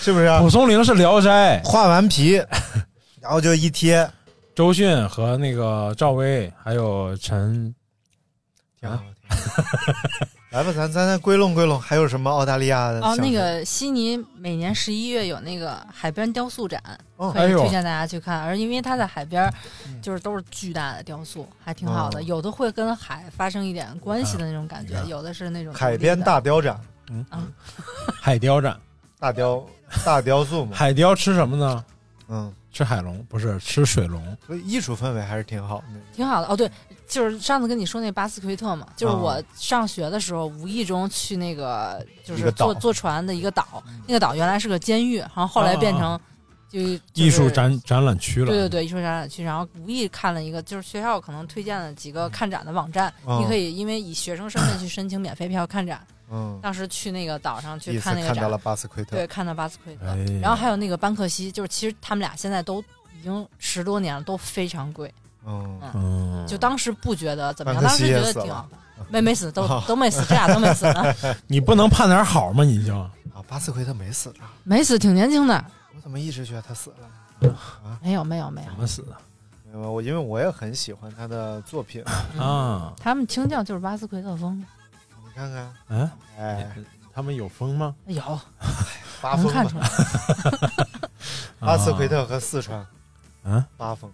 S1: 是不是？
S3: 蒲松龄是《聊斋》，
S1: 画完皮，然后就一 贴。
S3: 周迅和那个赵薇，还有陈，啊，
S1: 来吧，咱咱咱归拢归拢，还有什么澳大利亚的
S2: 哦
S1: 项，目？
S2: 那个悉尼每年十一月有那个海边雕塑展，
S1: 哦
S2: 可
S3: 哎
S2: 以
S3: 呦
S2: 推荐大家去看。而因为它在海边，就是都是巨大的雕塑，还挺好的。
S1: 哦
S2: 有的会跟海发生一点关系的那种感觉
S1: 啊，
S2: 有的是那种
S1: 海边大雕展，
S3: 海雕展，
S1: 大雕大雕塑嘛，
S3: 海雕吃什么呢？
S1: 嗯，
S3: 吃海龙，不是吃水龙。
S1: 所以艺术氛围还是挺好的。
S2: 挺好的。哦，对，就是上次跟你说那巴斯奎特嘛，就是
S1: 啊
S2: 我上学的时候无意中去那个就
S1: 一
S2: 是
S1: 个岛嗯
S2: 坐坐船的一个岛，那个岛原来是个监狱，然后后来变
S3: 啊
S1: 哦
S2: 成就
S3: 艺术。
S2: 就是
S3: 展展览区了，
S2: 对对对，艺术展览区，然后无意看了一个，就是学校可能推荐了几个看展的网站，
S1: 嗯哦
S2: 你可以因为以学生身份去申请免费票看展。
S1: 嗯，
S2: 当时去那个岛上去
S1: 第一次
S2: 看那个
S1: 看到
S2: 展，
S1: 了巴斯奎特，
S2: 对，看到巴斯奎特，
S3: 哎呀
S2: 然后还有那个班克西，就是其实他们俩现在都已经十多年了，都非常贵。
S1: 嗯，
S3: 嗯，
S2: 就当时不觉得怎么样，
S1: 班
S2: 当
S1: 克西
S2: 时觉
S1: 也
S2: 得
S1: 死
S2: 挺
S1: 了
S2: 好。没没死，都
S1: 哦
S2: 都没死，这俩都没死 呢，
S3: 你不能盼点好吗？你就
S1: 啊，巴斯奎特没死啊，
S2: 没死，挺年轻的。
S1: 我怎么一直觉得他死了呢？
S2: 没有没有没有
S3: 怎，么死
S1: 没有我因为我也很喜欢他的作品，
S3: 的啊？
S2: 他们清教就是巴斯奎特风，
S1: 你看看，
S3: 嗯，
S1: 哎，
S3: 他们有风吗？
S2: 有
S1: 八
S2: 哎能
S1: 峰
S2: 看
S1: 吧
S2: 出，来。
S1: 巴斯奎特和四川
S3: 啊，
S1: 八峰，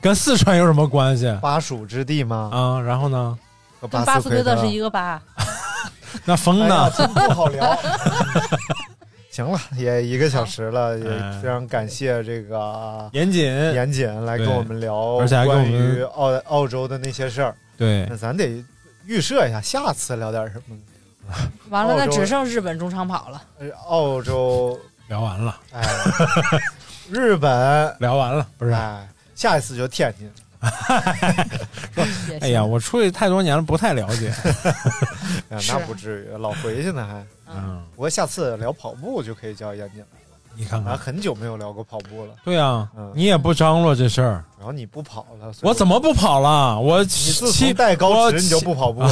S3: 跟四川有什么关系
S1: 巴蜀之地嘛，
S3: 啊？然后呢？
S1: 和
S2: 跟巴斯
S1: 斯
S2: 奎
S1: 特
S2: 特是一个巴，
S3: 那风
S1: 哎呀，
S3: 呢？
S1: 真不好 聊。行了，也一个小时了，也
S3: 哎
S1: 非常感谢这个
S3: 严谨，
S1: 严谨来跟
S3: 对
S1: 我们聊，
S3: 而且还跟我
S1: 关
S3: 们
S1: 于澳澳洲的那些事儿。
S3: 对
S1: 那，咱得预设一下，下次聊点什么？
S2: 完了那
S1: 澳洲
S2: 只剩日本中长跑了。
S1: 呃澳洲，
S3: 聊完了，
S1: 哎，日本，
S3: 聊完了，不是？
S1: 哎，下一次就天津。
S2: 也
S3: 哎呀，
S2: 行，
S3: 我出去太多年了，不太了解。
S1: 哎
S2: 是
S1: 那不至于，老回去呢还。
S3: 嗯，
S1: 不过下次聊跑步就可以叫严谨了，
S3: 你看
S1: 咱
S3: 看，
S1: 很久没有聊过跑步了。
S3: 对啊
S1: 啊嗯，
S3: 你也不张罗这事儿，
S1: 然后你不跑了，所以
S3: 我怎么不跑了？我
S1: 你自
S3: 七
S1: 从带高
S3: 我
S1: 职你就
S3: 七
S1: 不跑步了？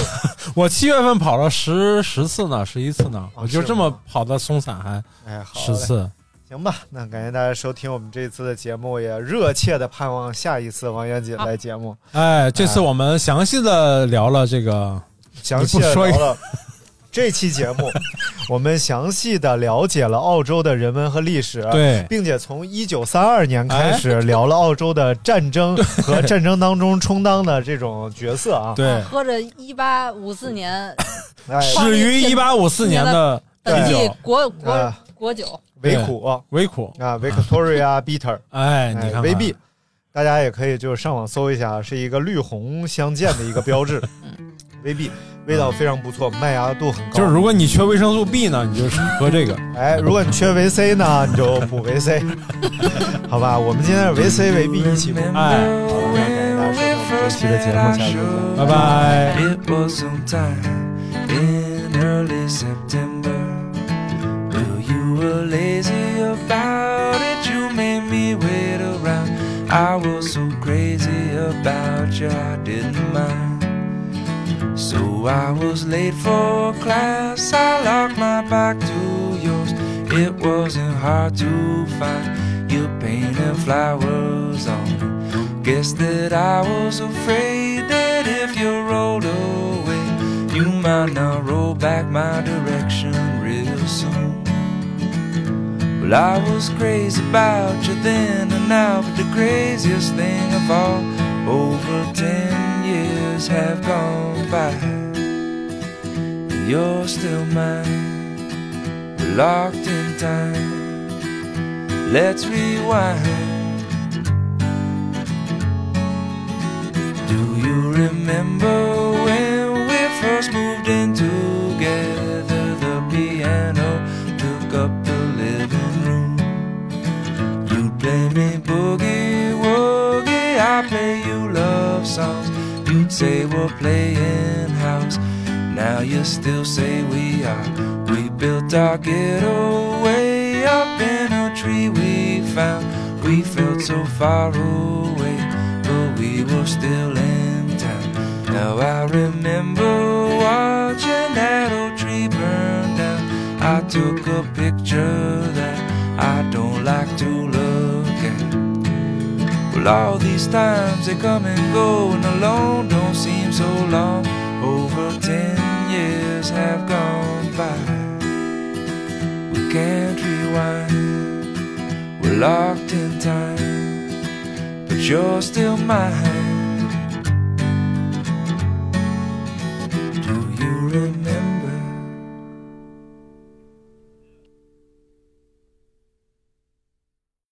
S3: 我七月份跑了十十次呢，十一次呢，
S1: 啊
S3: 我就这么
S1: 是吗
S3: 跑的松散，还
S1: 哎，好嘞
S3: 十次。
S1: 行吧，那感谢大家收听我们这一次的节目，也热切的盼望下一次王源姐来节目，
S3: 哎，这次我们详细的聊了这个，
S1: 详细的聊了这期节 目，我们详细的了解了澳洲的人文和历史。。
S3: 对，哎
S1: 并且从一九三二年开始聊了澳洲的 战争和战争当中充当的这种角色啊，
S3: 对，
S2: 喝着一八五四年
S1: 哎，
S3: 始于一八五四年的啤
S2: 本地
S3: 酒
S2: 国国
S1: 啊
S2: 国酒，
S1: 维苦啊
S3: 维苦，
S1: ，Victoria Bitter，
S3: 哎，你看看
S1: 维 B，大家也可以就是上网搜一下，是一个绿红相间的一个 标志。维 B 味道非常不错，麦芽度很高。
S3: 嗯就是如果你缺维生素 B 呢，你就喝这个。
S1: 哎，如果你缺维 C 呢，你就补维 C，好吧？我们今天是维 C 维 B 一起补。
S3: 哎，
S1: 好了，那感谢大家收听我们这期的节目，下期见。
S3: 拜拜。
S4: It was on time in early September. Well, you were lazy about it, you made me wait around. I was so crazy about you, I didn't mind. So I was late for class, I locked my back to yours. It wasn't hard to find you painting flowers on it. Guess that I was afraid that if you rolled away, you might not roll back my direction real soon. Well, I was crazy about you then and now, but the craziest thing of all, over ten years have gone by. and You're still mine, locked in time. Let's rewind. Do you remember when we first moved in together? The piano took up the living room. You play me boogie woogie, I play you love songs. You'd say what
S2: were playing house. Now you still say we are. We built our ghetto way up in a tree we found. We felt so far away, but we were still in town. Now I remember watching that old tree burn down. I took a picture that I don't like to look at. Well, all these times they come and go, and alone don't seem so long. Over ten years have gone by. We can't rewind. We're locked in time, but you're still mine.